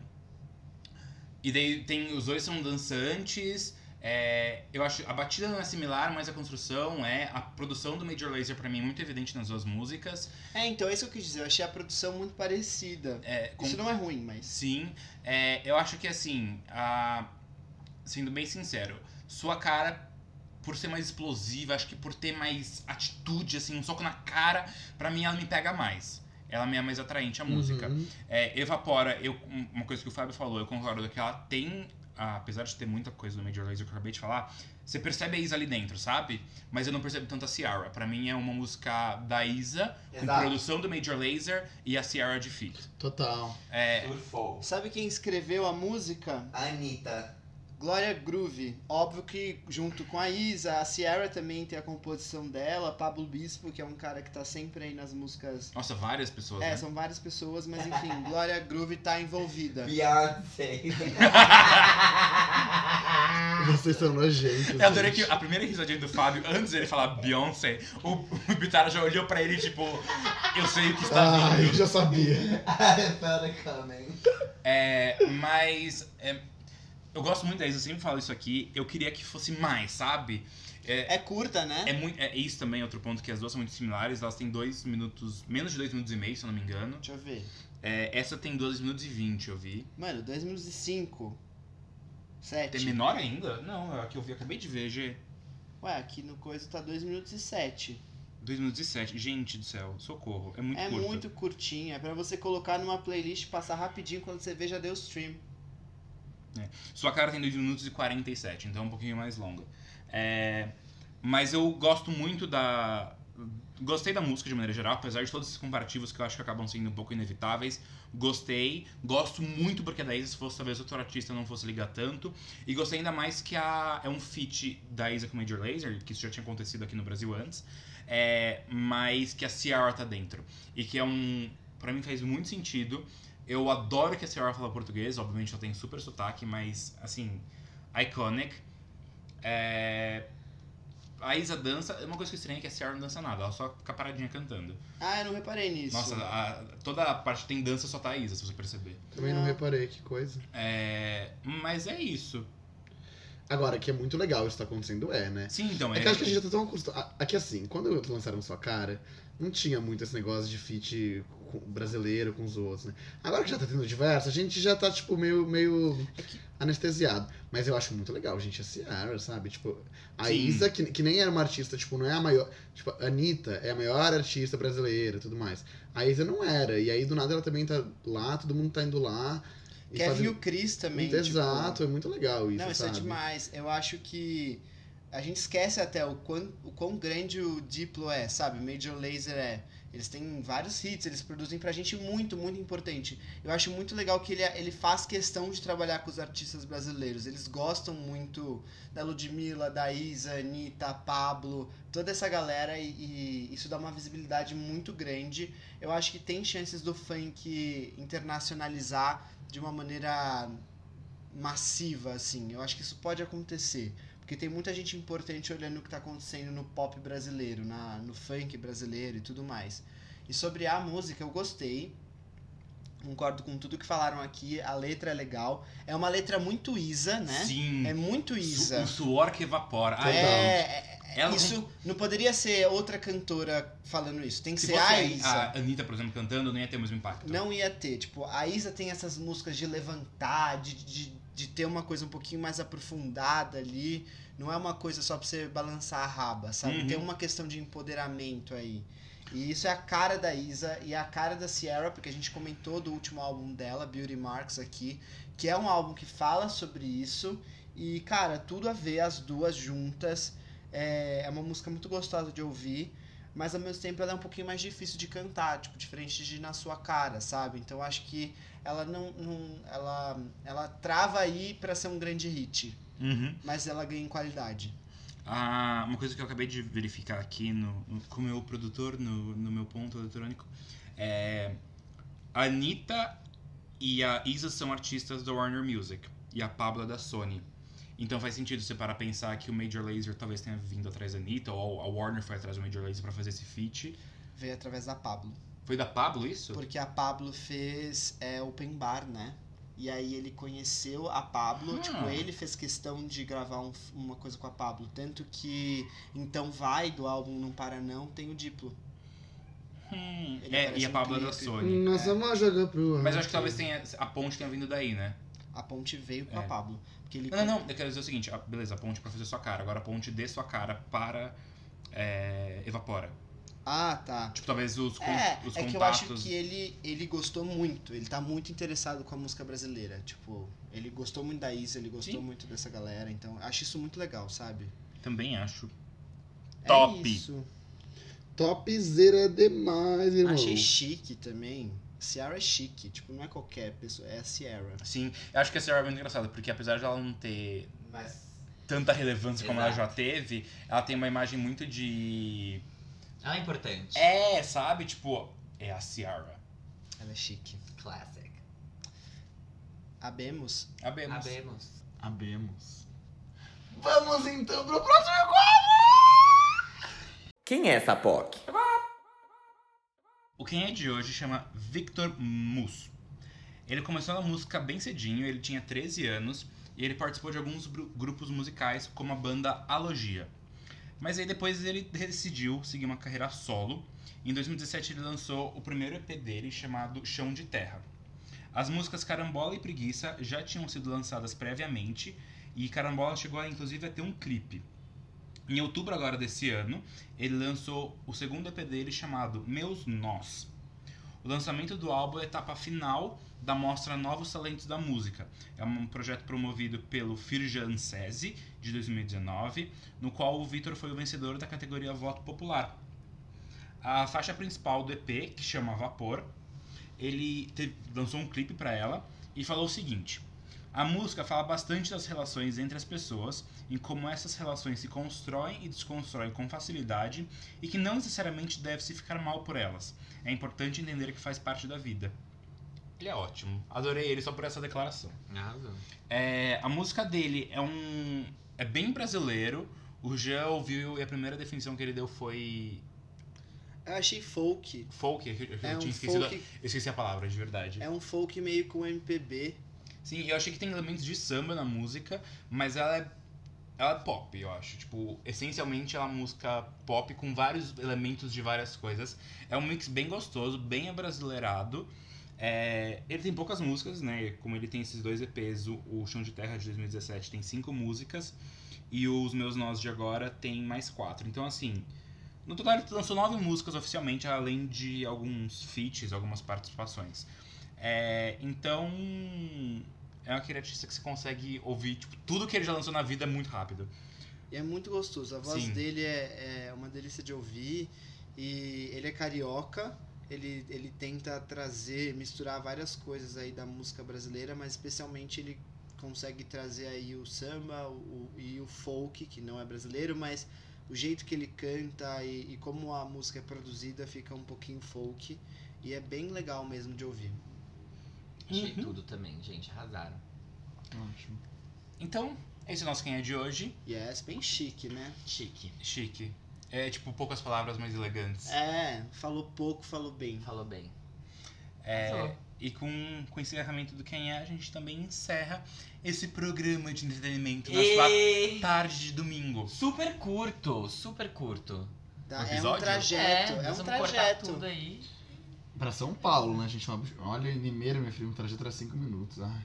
E daí tem. Os dois são dançantes. é, eu acho a batida não é similar, mas a construção é. A produção do Major Lazer, pra mim, é muito evidente nas duas músicas. É, então é isso que eu quis dizer. Eu achei a produção muito parecida. É, com- Isso não é ruim, mas. Sim. É, eu acho que assim, a- sendo bem sincero, sua cara, por ser mais explosiva, acho que por ter mais atitude, assim, um soco na cara, pra mim ela me pega mais. Ela me é mais atraente a música. Uhum. É, evapora, eu, um- uma coisa que o Fábio falou, eu concordo que ela tem. ah, Apesar de ter muita coisa do Major Lazer que eu acabei de falar, você percebe a Isa ali dentro, sabe? Mas eu não percebo tanto a Ciara. Pra mim é uma música da Isa, com Exato. produção do Major Lazer e a Ciara de feat. Total. É, Surfou. Sabe quem escreveu a música? Anitta. Gloria Groove. Óbvio que junto com a Isa, a Sierra também tem a composição dela, Pablo Bispo, que é um cara que tá sempre aí nas músicas. Nossa, várias pessoas. É, né? são várias pessoas, mas enfim, Gloria Groove tá envolvida. Beyoncé. Vocês são nojentos. Eu adorei que gente. a primeira risadinha do Fábio, antes dele falar Beyoncé, o, o Bitara já olhou pra ele tipo, eu sei o que está Ah, eu vindo. já sabia. I felt it coming. É, mas é, eu gosto muito da Isa, eu sempre falo isso aqui. Eu queria que fosse mais, sabe? É curta, É, né? muito, é isso também é outro ponto que as duas são muito similares. Elas têm dois minutos, menos de dois minutos e meio, se eu não me engano. Deixa eu ver. É, essa tem 2 minutos e 20, eu vi. Mano, 2 minutos e 5. Tem 7. menor ainda? Não, é a que eu vi, acabei de ver, G. Ué, aqui no coisa tá 2 minutos e 7. 2 minutos e 7. Gente do céu, socorro. É muito É curto. muito curtinho, é pra você colocar numa playlist e passar rapidinho quando você vê já deu stream. Sua cara tem 2 minutos e 47, então é um pouquinho mais longa. É, mas eu gosto muito da. Gostei da música de maneira geral, apesar de todos esses comparativos que eu acho que acabam sendo um pouco inevitáveis. Gostei, gosto muito porque a da Isa, se fosse talvez outro artista, eu não fosse ligar tanto. E gostei ainda mais que a, é um feat da Isa com o Major Lazer, que isso já tinha acontecido aqui no Brasil antes, é, mas que a Ciara tá dentro. E que é um. Pra mim faz muito sentido. Eu adoro que a Ciara fala português, obviamente ela tem super sotaque, mas assim, iconic. É, A Isa dança, uma coisa que eu estranha é que a Ciara não dança nada, ela só fica paradinha cantando. Ah, eu não reparei nisso. Nossa, a- toda a parte que tem dança só tá a Isa, se você perceber. Também não Não. reparei, que coisa. É, Mas é isso. Agora, que é muito legal isso tá acontecendo, é, né? Sim, então, É que acho que a gente já tá tão acostumado. Aqui assim, quando lançaram sua cara, não tinha muito esse negócio de feat com- brasileiro com os outros, né? Agora que já tá tendo diversos, a gente já tá, tipo, meio, meio É anestesiado. Mas eu acho muito legal, gente, a Ciara, sabe? Tipo, a Sim. Isa, que, que nem era uma artista, tipo, não é a maior. Tipo, a Anitta é a maior artista brasileira e tudo mais. A Isa não era. E aí do nada ela também tá lá, todo mundo tá indo lá. e Kevin e fazendo- o Chris é também. tipo- Exato, é muito legal isso. Não, isso sabe? é demais. Eu acho que a gente esquece até o quão, o quão grande o Diplo é, sabe? O Major Lazer é. Eles têm vários hits, eles produzem pra gente muito, muito importante. Eu acho muito legal que ele, é, ele faz questão de trabalhar com os artistas brasileiros. Eles gostam muito da Ludmilla, da Isa, Anitta, Pablo, toda essa galera e, e isso dá uma visibilidade muito grande. Eu acho que tem chances do funk internacionalizar de uma maneira massiva, assim. Eu acho que isso pode acontecer. Porque tem muita gente importante olhando o que tá acontecendo no pop brasileiro, na, no funk brasileiro e tudo mais. E sobre a música, eu gostei. Concordo com tudo que falaram aqui. A letra é legal. É uma letra muito Isa, né? Sim. É muito Su- Isa. O suor que evapora. Ah, É, é- ela isso não poderia ser outra cantora falando isso. Tem que Se ser fosse a a, Isa. a Anitta, por exemplo, cantando, não ia ter o mesmo impacto. Não ia ter. Tipo, a Isa tem essas músicas de levantar, de, de, de ter uma coisa um pouquinho mais aprofundada ali. Não é uma coisa só pra você balançar a raba, sabe? Uhum. Tem uma questão de empoderamento aí. E isso é a cara da Isa e é a cara da Sierra, porque a gente comentou do último álbum dela, Beauty Marks, aqui, que é um álbum que fala sobre isso. E, cara, tudo a ver, as duas juntas. É, é uma música muito gostosa de ouvir. mas ao mesmo tempo ela é um pouquinho mais difícil de cantar, tipo, diferente de na sua cara, sabe? Então eu acho que ela não. não- ela, ela trava aí pra ser um grande hit, Uhum. mas ela ganha em qualidade. Ah, uma coisa que eu acabei de verificar aqui no, no- com o meu produtor, no, no meu ponto eletrônico, é. A Anitta e a Isa são artistas da Warner Music e a Pabla da Sony. Então faz sentido você parar a pensar que o Major Lazer talvez tenha vindo atrás da Anitta, ou a Warner foi atrás do Major Lazer pra fazer esse feat. Veio através da Pablo. Foi da Pablo isso? Porque a Pablo fez é, open bar, né? E aí ele conheceu a Pablo, Ah. tipo, ele fez questão de gravar um- uma coisa com a Pablo. Tanto que Então Vai, do álbum Não Para Não, tem o Diplo. Hum, Ele é, aparece e a no Pablo da clipe. Sony. Nós vamos jogar pro. Mas eu acho que talvez tenha, a ponte tenha vindo daí, né? A ponte veio com É. a Pablo. Porque ele Não, não, não, eu quero dizer o seguinte, ah, beleza, a ponte pra fazer sua cara, agora a ponte de sua cara para é, evapora. Ah, tá. Tipo, talvez os, con- É, os é contatos. que eu acho que ele, ele gostou muito, ele tá muito interessado com a música brasileira. Tipo, ele gostou muito da Isa, ele gostou Sim. muito dessa galera, então acho isso muito legal, sabe? Também acho. É Top. isso. Topzera demais, irmão. Achei chique também. Ciara é chique, tipo, não é qualquer pessoa, é a Ciara. Sim, eu acho que essa era muito engraçada, porque apesar de ela não ter Mas tanta relevância como ela Exato. já teve, ela tem uma imagem muito de. Ela é importante. É, sabe? Tipo, é a Ciara. Ela é chique. Classic. Abemos? Abemos. Abemos. Abemos. Vamos então pro próximo. Quem é essa POC? O quem é de hoje chama Victor Mus. Ele começou na música bem cedinho, ele tinha 13 anos e ele participou de alguns gru- grupos musicais, como a banda Alogia. Mas aí depois ele decidiu seguir uma carreira solo. Em 2017 ele lançou o primeiro EP dele chamado Chão de Terra. As músicas Carambola e Preguiça já tinham sido lançadas previamente e Carambola chegou a, inclusive a ter um clipe. Em outubro agora desse ano, ele lançou o segundo EP dele chamado Meus Nós. O lançamento do álbum é a etapa final da mostra Novos Talentos da Música. É um projeto promovido pelo Firjan Sesi, de 2019, no qual o Vitor foi o vencedor da categoria Voto Popular. A faixa principal do EP, que chama Vapor, ele te- lançou um clipe para ela e falou o seguinte: A música fala bastante das relações entre as pessoas, em como essas relações se constroem e desconstroem com facilidade e que não necessariamente deve se ficar mal por elas. É importante entender que faz parte da vida. Ele é ótimo. Adorei ele só por essa declaração. Arrasou. É, a música dele é um. é bem brasileiro. O Jean ouviu e a primeira definição que ele deu foi Eu achei folk. folk. Eu, eu É tinha um esquecido. folk, Eu esqueci a palavra, de verdade. é um folk meio com MPB. Sim, eu achei que tem elementos de samba na música, mas ela é. Ela é pop, eu acho. Tipo, essencialmente ela é uma música pop com vários elementos de várias coisas. É um mix bem gostoso, bem abrasileirado. É, ele tem poucas músicas, né? Como ele tem esses dois EPs, o, o Chão de Terra de 2017 tem cinco músicas. E os Meus Nós de agora tem mais quatro. Então, assim, no total ele lançou nove músicas oficialmente, além de alguns feats, algumas participações. É, então, é aquele artista que você consegue ouvir tipo, tudo que ele já lançou na vida muito rápido. E é muito gostoso. A voz Sim. dele é, é uma delícia de ouvir. E ele é carioca. Ele, ele tenta trazer, misturar várias coisas aí da música brasileira, mas especialmente ele consegue trazer aí o samba o, e o folk, que não é brasileiro, mas o jeito que ele canta e, e como a música é produzida fica um pouquinho folk. E é bem legal mesmo de ouvir. Achei Uhum. tudo também, gente. Arrasaram. Ótimo. Então, esse é o nosso quem é de hoje. E é bem chique, né? Chique. Chique. É tipo poucas palavras mais elegantes. É, falou pouco, falou bem. Falou bem. É, Arrasou. e com, com o encerramento do quem é, a gente também encerra esse programa de entretenimento na sua E... tarde de domingo. tá Super curto, super curto. Dá- é um Episódio? trajeto, é, nós um vamos cortar trajeto. tudo aí. Pra São Paulo, né, gente? Olha, Nimeira, minha filha, um trajeto era 5 é minutos. Ai,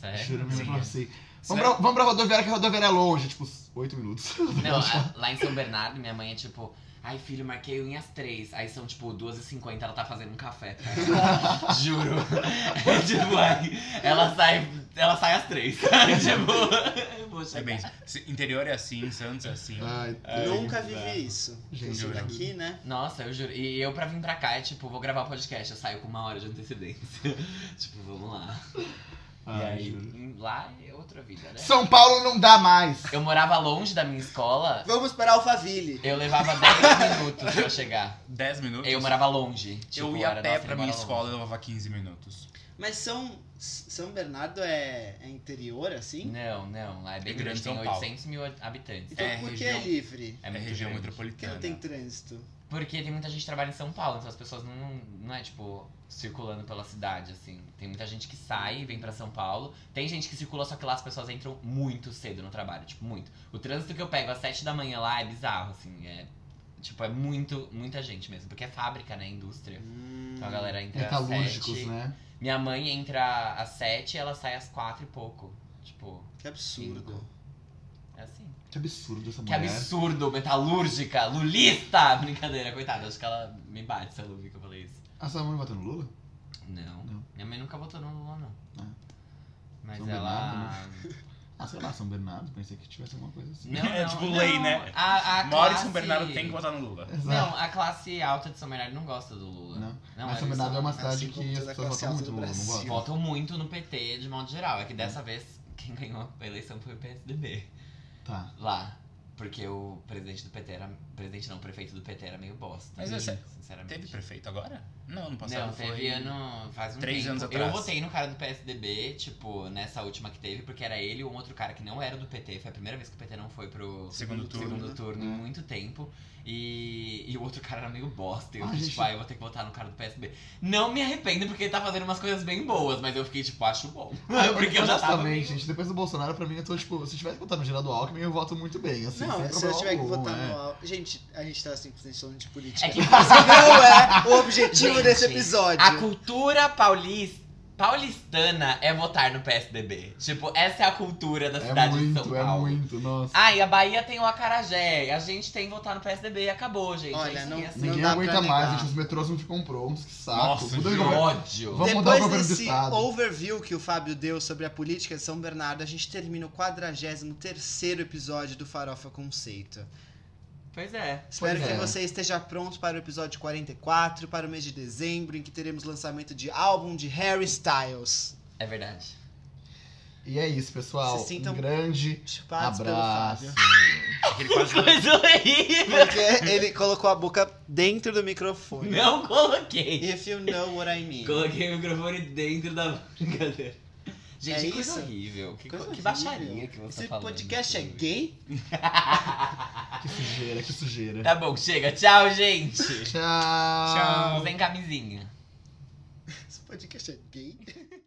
Sério? juro mesmo pra Sim. é- você. Vamos pra, vamos pra rodoviária, que a rodoviária é longe, tipo, 8 minutos. Não, a- lá em São Bernardo, minha mãe é tipo, ai filho, marquei unhas três. Aí são tipo 2h50, ela tá fazendo um café. tá? Juro. É tipo, ai, ela sai. Ela sai às três. tipo, vou É chegar. bem, se- interior é assim, Santos é assim. Ai, Nunca que é. bizarro. vivi isso. Gente, isso eu já- daqui, né? Nossa, eu juro. E eu pra vir pra cá é tipo, vou gravar podcast, eu saio com uma hora de antecedência. tipo, vamos lá. Ai, Ah, e aí, juro. lá é outra vida, né? São Paulo não dá mais. Eu morava longe da minha escola, Vamos para Alphaville. eu levava 10 minutos pra eu chegar. 10 minutos. Eu morava longe. Eu tipo, ia era, a pé nossa, pra ele minha mora escola, eu levava 15 minutos. Mas São, São Bernardo é, é interior, assim? Não, não, lá é bem É grande grande, tem São Paulo. 800 mil habitantes. Então É, por que é região- livre? É, muito região grande. Por que metropolitana. não tem trânsito? Porque tem muita gente que trabalha em São Paulo, então as pessoas não, não é, tipo, circulando pela cidade, assim. Tem muita gente que sai e vem pra São Paulo. Tem gente que circula, só que lá as pessoas entram muito cedo no trabalho, tipo, muito. O trânsito que eu pego às 7 da manhã lá é bizarro, assim, é... Tipo, é muito, muita gente mesmo, porque é fábrica, né, indústria. Hum, Então a galera entra às É Metalúrgicos, sete. né? Minha mãe entra às 7 e ela sai às 4 e pouco. Tipo, Que absurdo. Cinco. é assim. Que absurdo essa Que mulher. absurdo, metalúrgica, lulista! Brincadeira, coitada, acho que ela me bate se ela ouvir que eu falei isso. A sua mãe bateu no Lula? Não. Não. Minha mãe nunca votou no Lula, não. Ah. Mas São ela. Ah, sei lá, São Bernardo. Pensei que tivesse alguma coisa assim. Não, não, É tipo não. lei, né? A, a Mora em classe- São Bernardo, tem que votar no Lula. Exato. Não, a classe alta de São Bernardo não gosta do Lula. Não. Não, Mas eles São Bernardo é uma assim cidade como que as toda a pessoas classe alta do votam muito no Lula, não Brasil. votam? Votam muito no PT de modo geral. É que Hum. dessa vez quem ganhou a eleição foi o PSDB. Tá. Lá. Porque o presidente do PT era. Presidente não, o prefeito do PT era meio bosta. Mas né, essa- sinceramente. Teve prefeito agora? Não, ano passado Não, foi. teve ano. Faz um três tempo. anos Eu atrás. votei no cara do PSDB, tipo, nessa última que teve, porque era ele e um outro cara que não era do PT. Foi a primeira vez que o PT não foi pro Segundo turno. Hum. segundo turno em É. muito tempo. E, e o outro cara era meio bosta. E eu Ah, fiquei, gente. tipo, ah, eu vou ter que votar no cara do PSDB. Não me arrependo, porque ele tá fazendo umas coisas bem boas, mas eu fiquei, tipo, acho bom. porque eu já tava. Honestamente, gente, depois do Bolsonaro, pra mim, eu tô tipo, se tivesse que votar no Geraldo Alckmin, eu voto muito bem, assim, sem Não, se eu problema tiver que algum, votar é. no Al- Gente, a gente tá 100% falando de política. né? É que não é o objetivo Gente, desse episódio. A cultura paulista. Paulistana é votar no PSDB. Tipo, essa é a cultura da É cidade de São muito, é Paulo. muito, nossa. Ah, e a Bahia tem o Acarajé. A gente tem que votar no PSDB. Acabou, gente. Olha, é isso, não- é assim. Ninguém dá aguenta pra mais, negar. gente, os metrôs não ficam prontos, que saco. é Nossa, Muda de juro. Que governo. ódio. Vamos mudar o Depois governo do desse estado. overview que o Fábio deu sobre a política de São Bernardo, a gente termina o 43º episódio do Farofa Conceito. Pois é. Espero Pois que é. você esteja pronto para o episódio 44, para o mês de dezembro, em que teremos lançamento de álbum de Harry Styles. É verdade. E é isso, pessoal. Se sintam Um grande Chupados pelo abraço. Fábio. Ele quase Coisa horrível. Porque ele colocou a boca dentro do microfone. Não coloquei. If you know what I mean. Coloquei o microfone dentro da brincadeira. Gente, É que coisa isso? horrível. Que, Coisa co- que horrível. baixaria que você tá Esse falou. podcast é gay? Que sujeira, que sujeira. É. Tá bom, chega. Tchau, gente. Tchau. Tchau. Sem camisinha. Esse podcast é gay?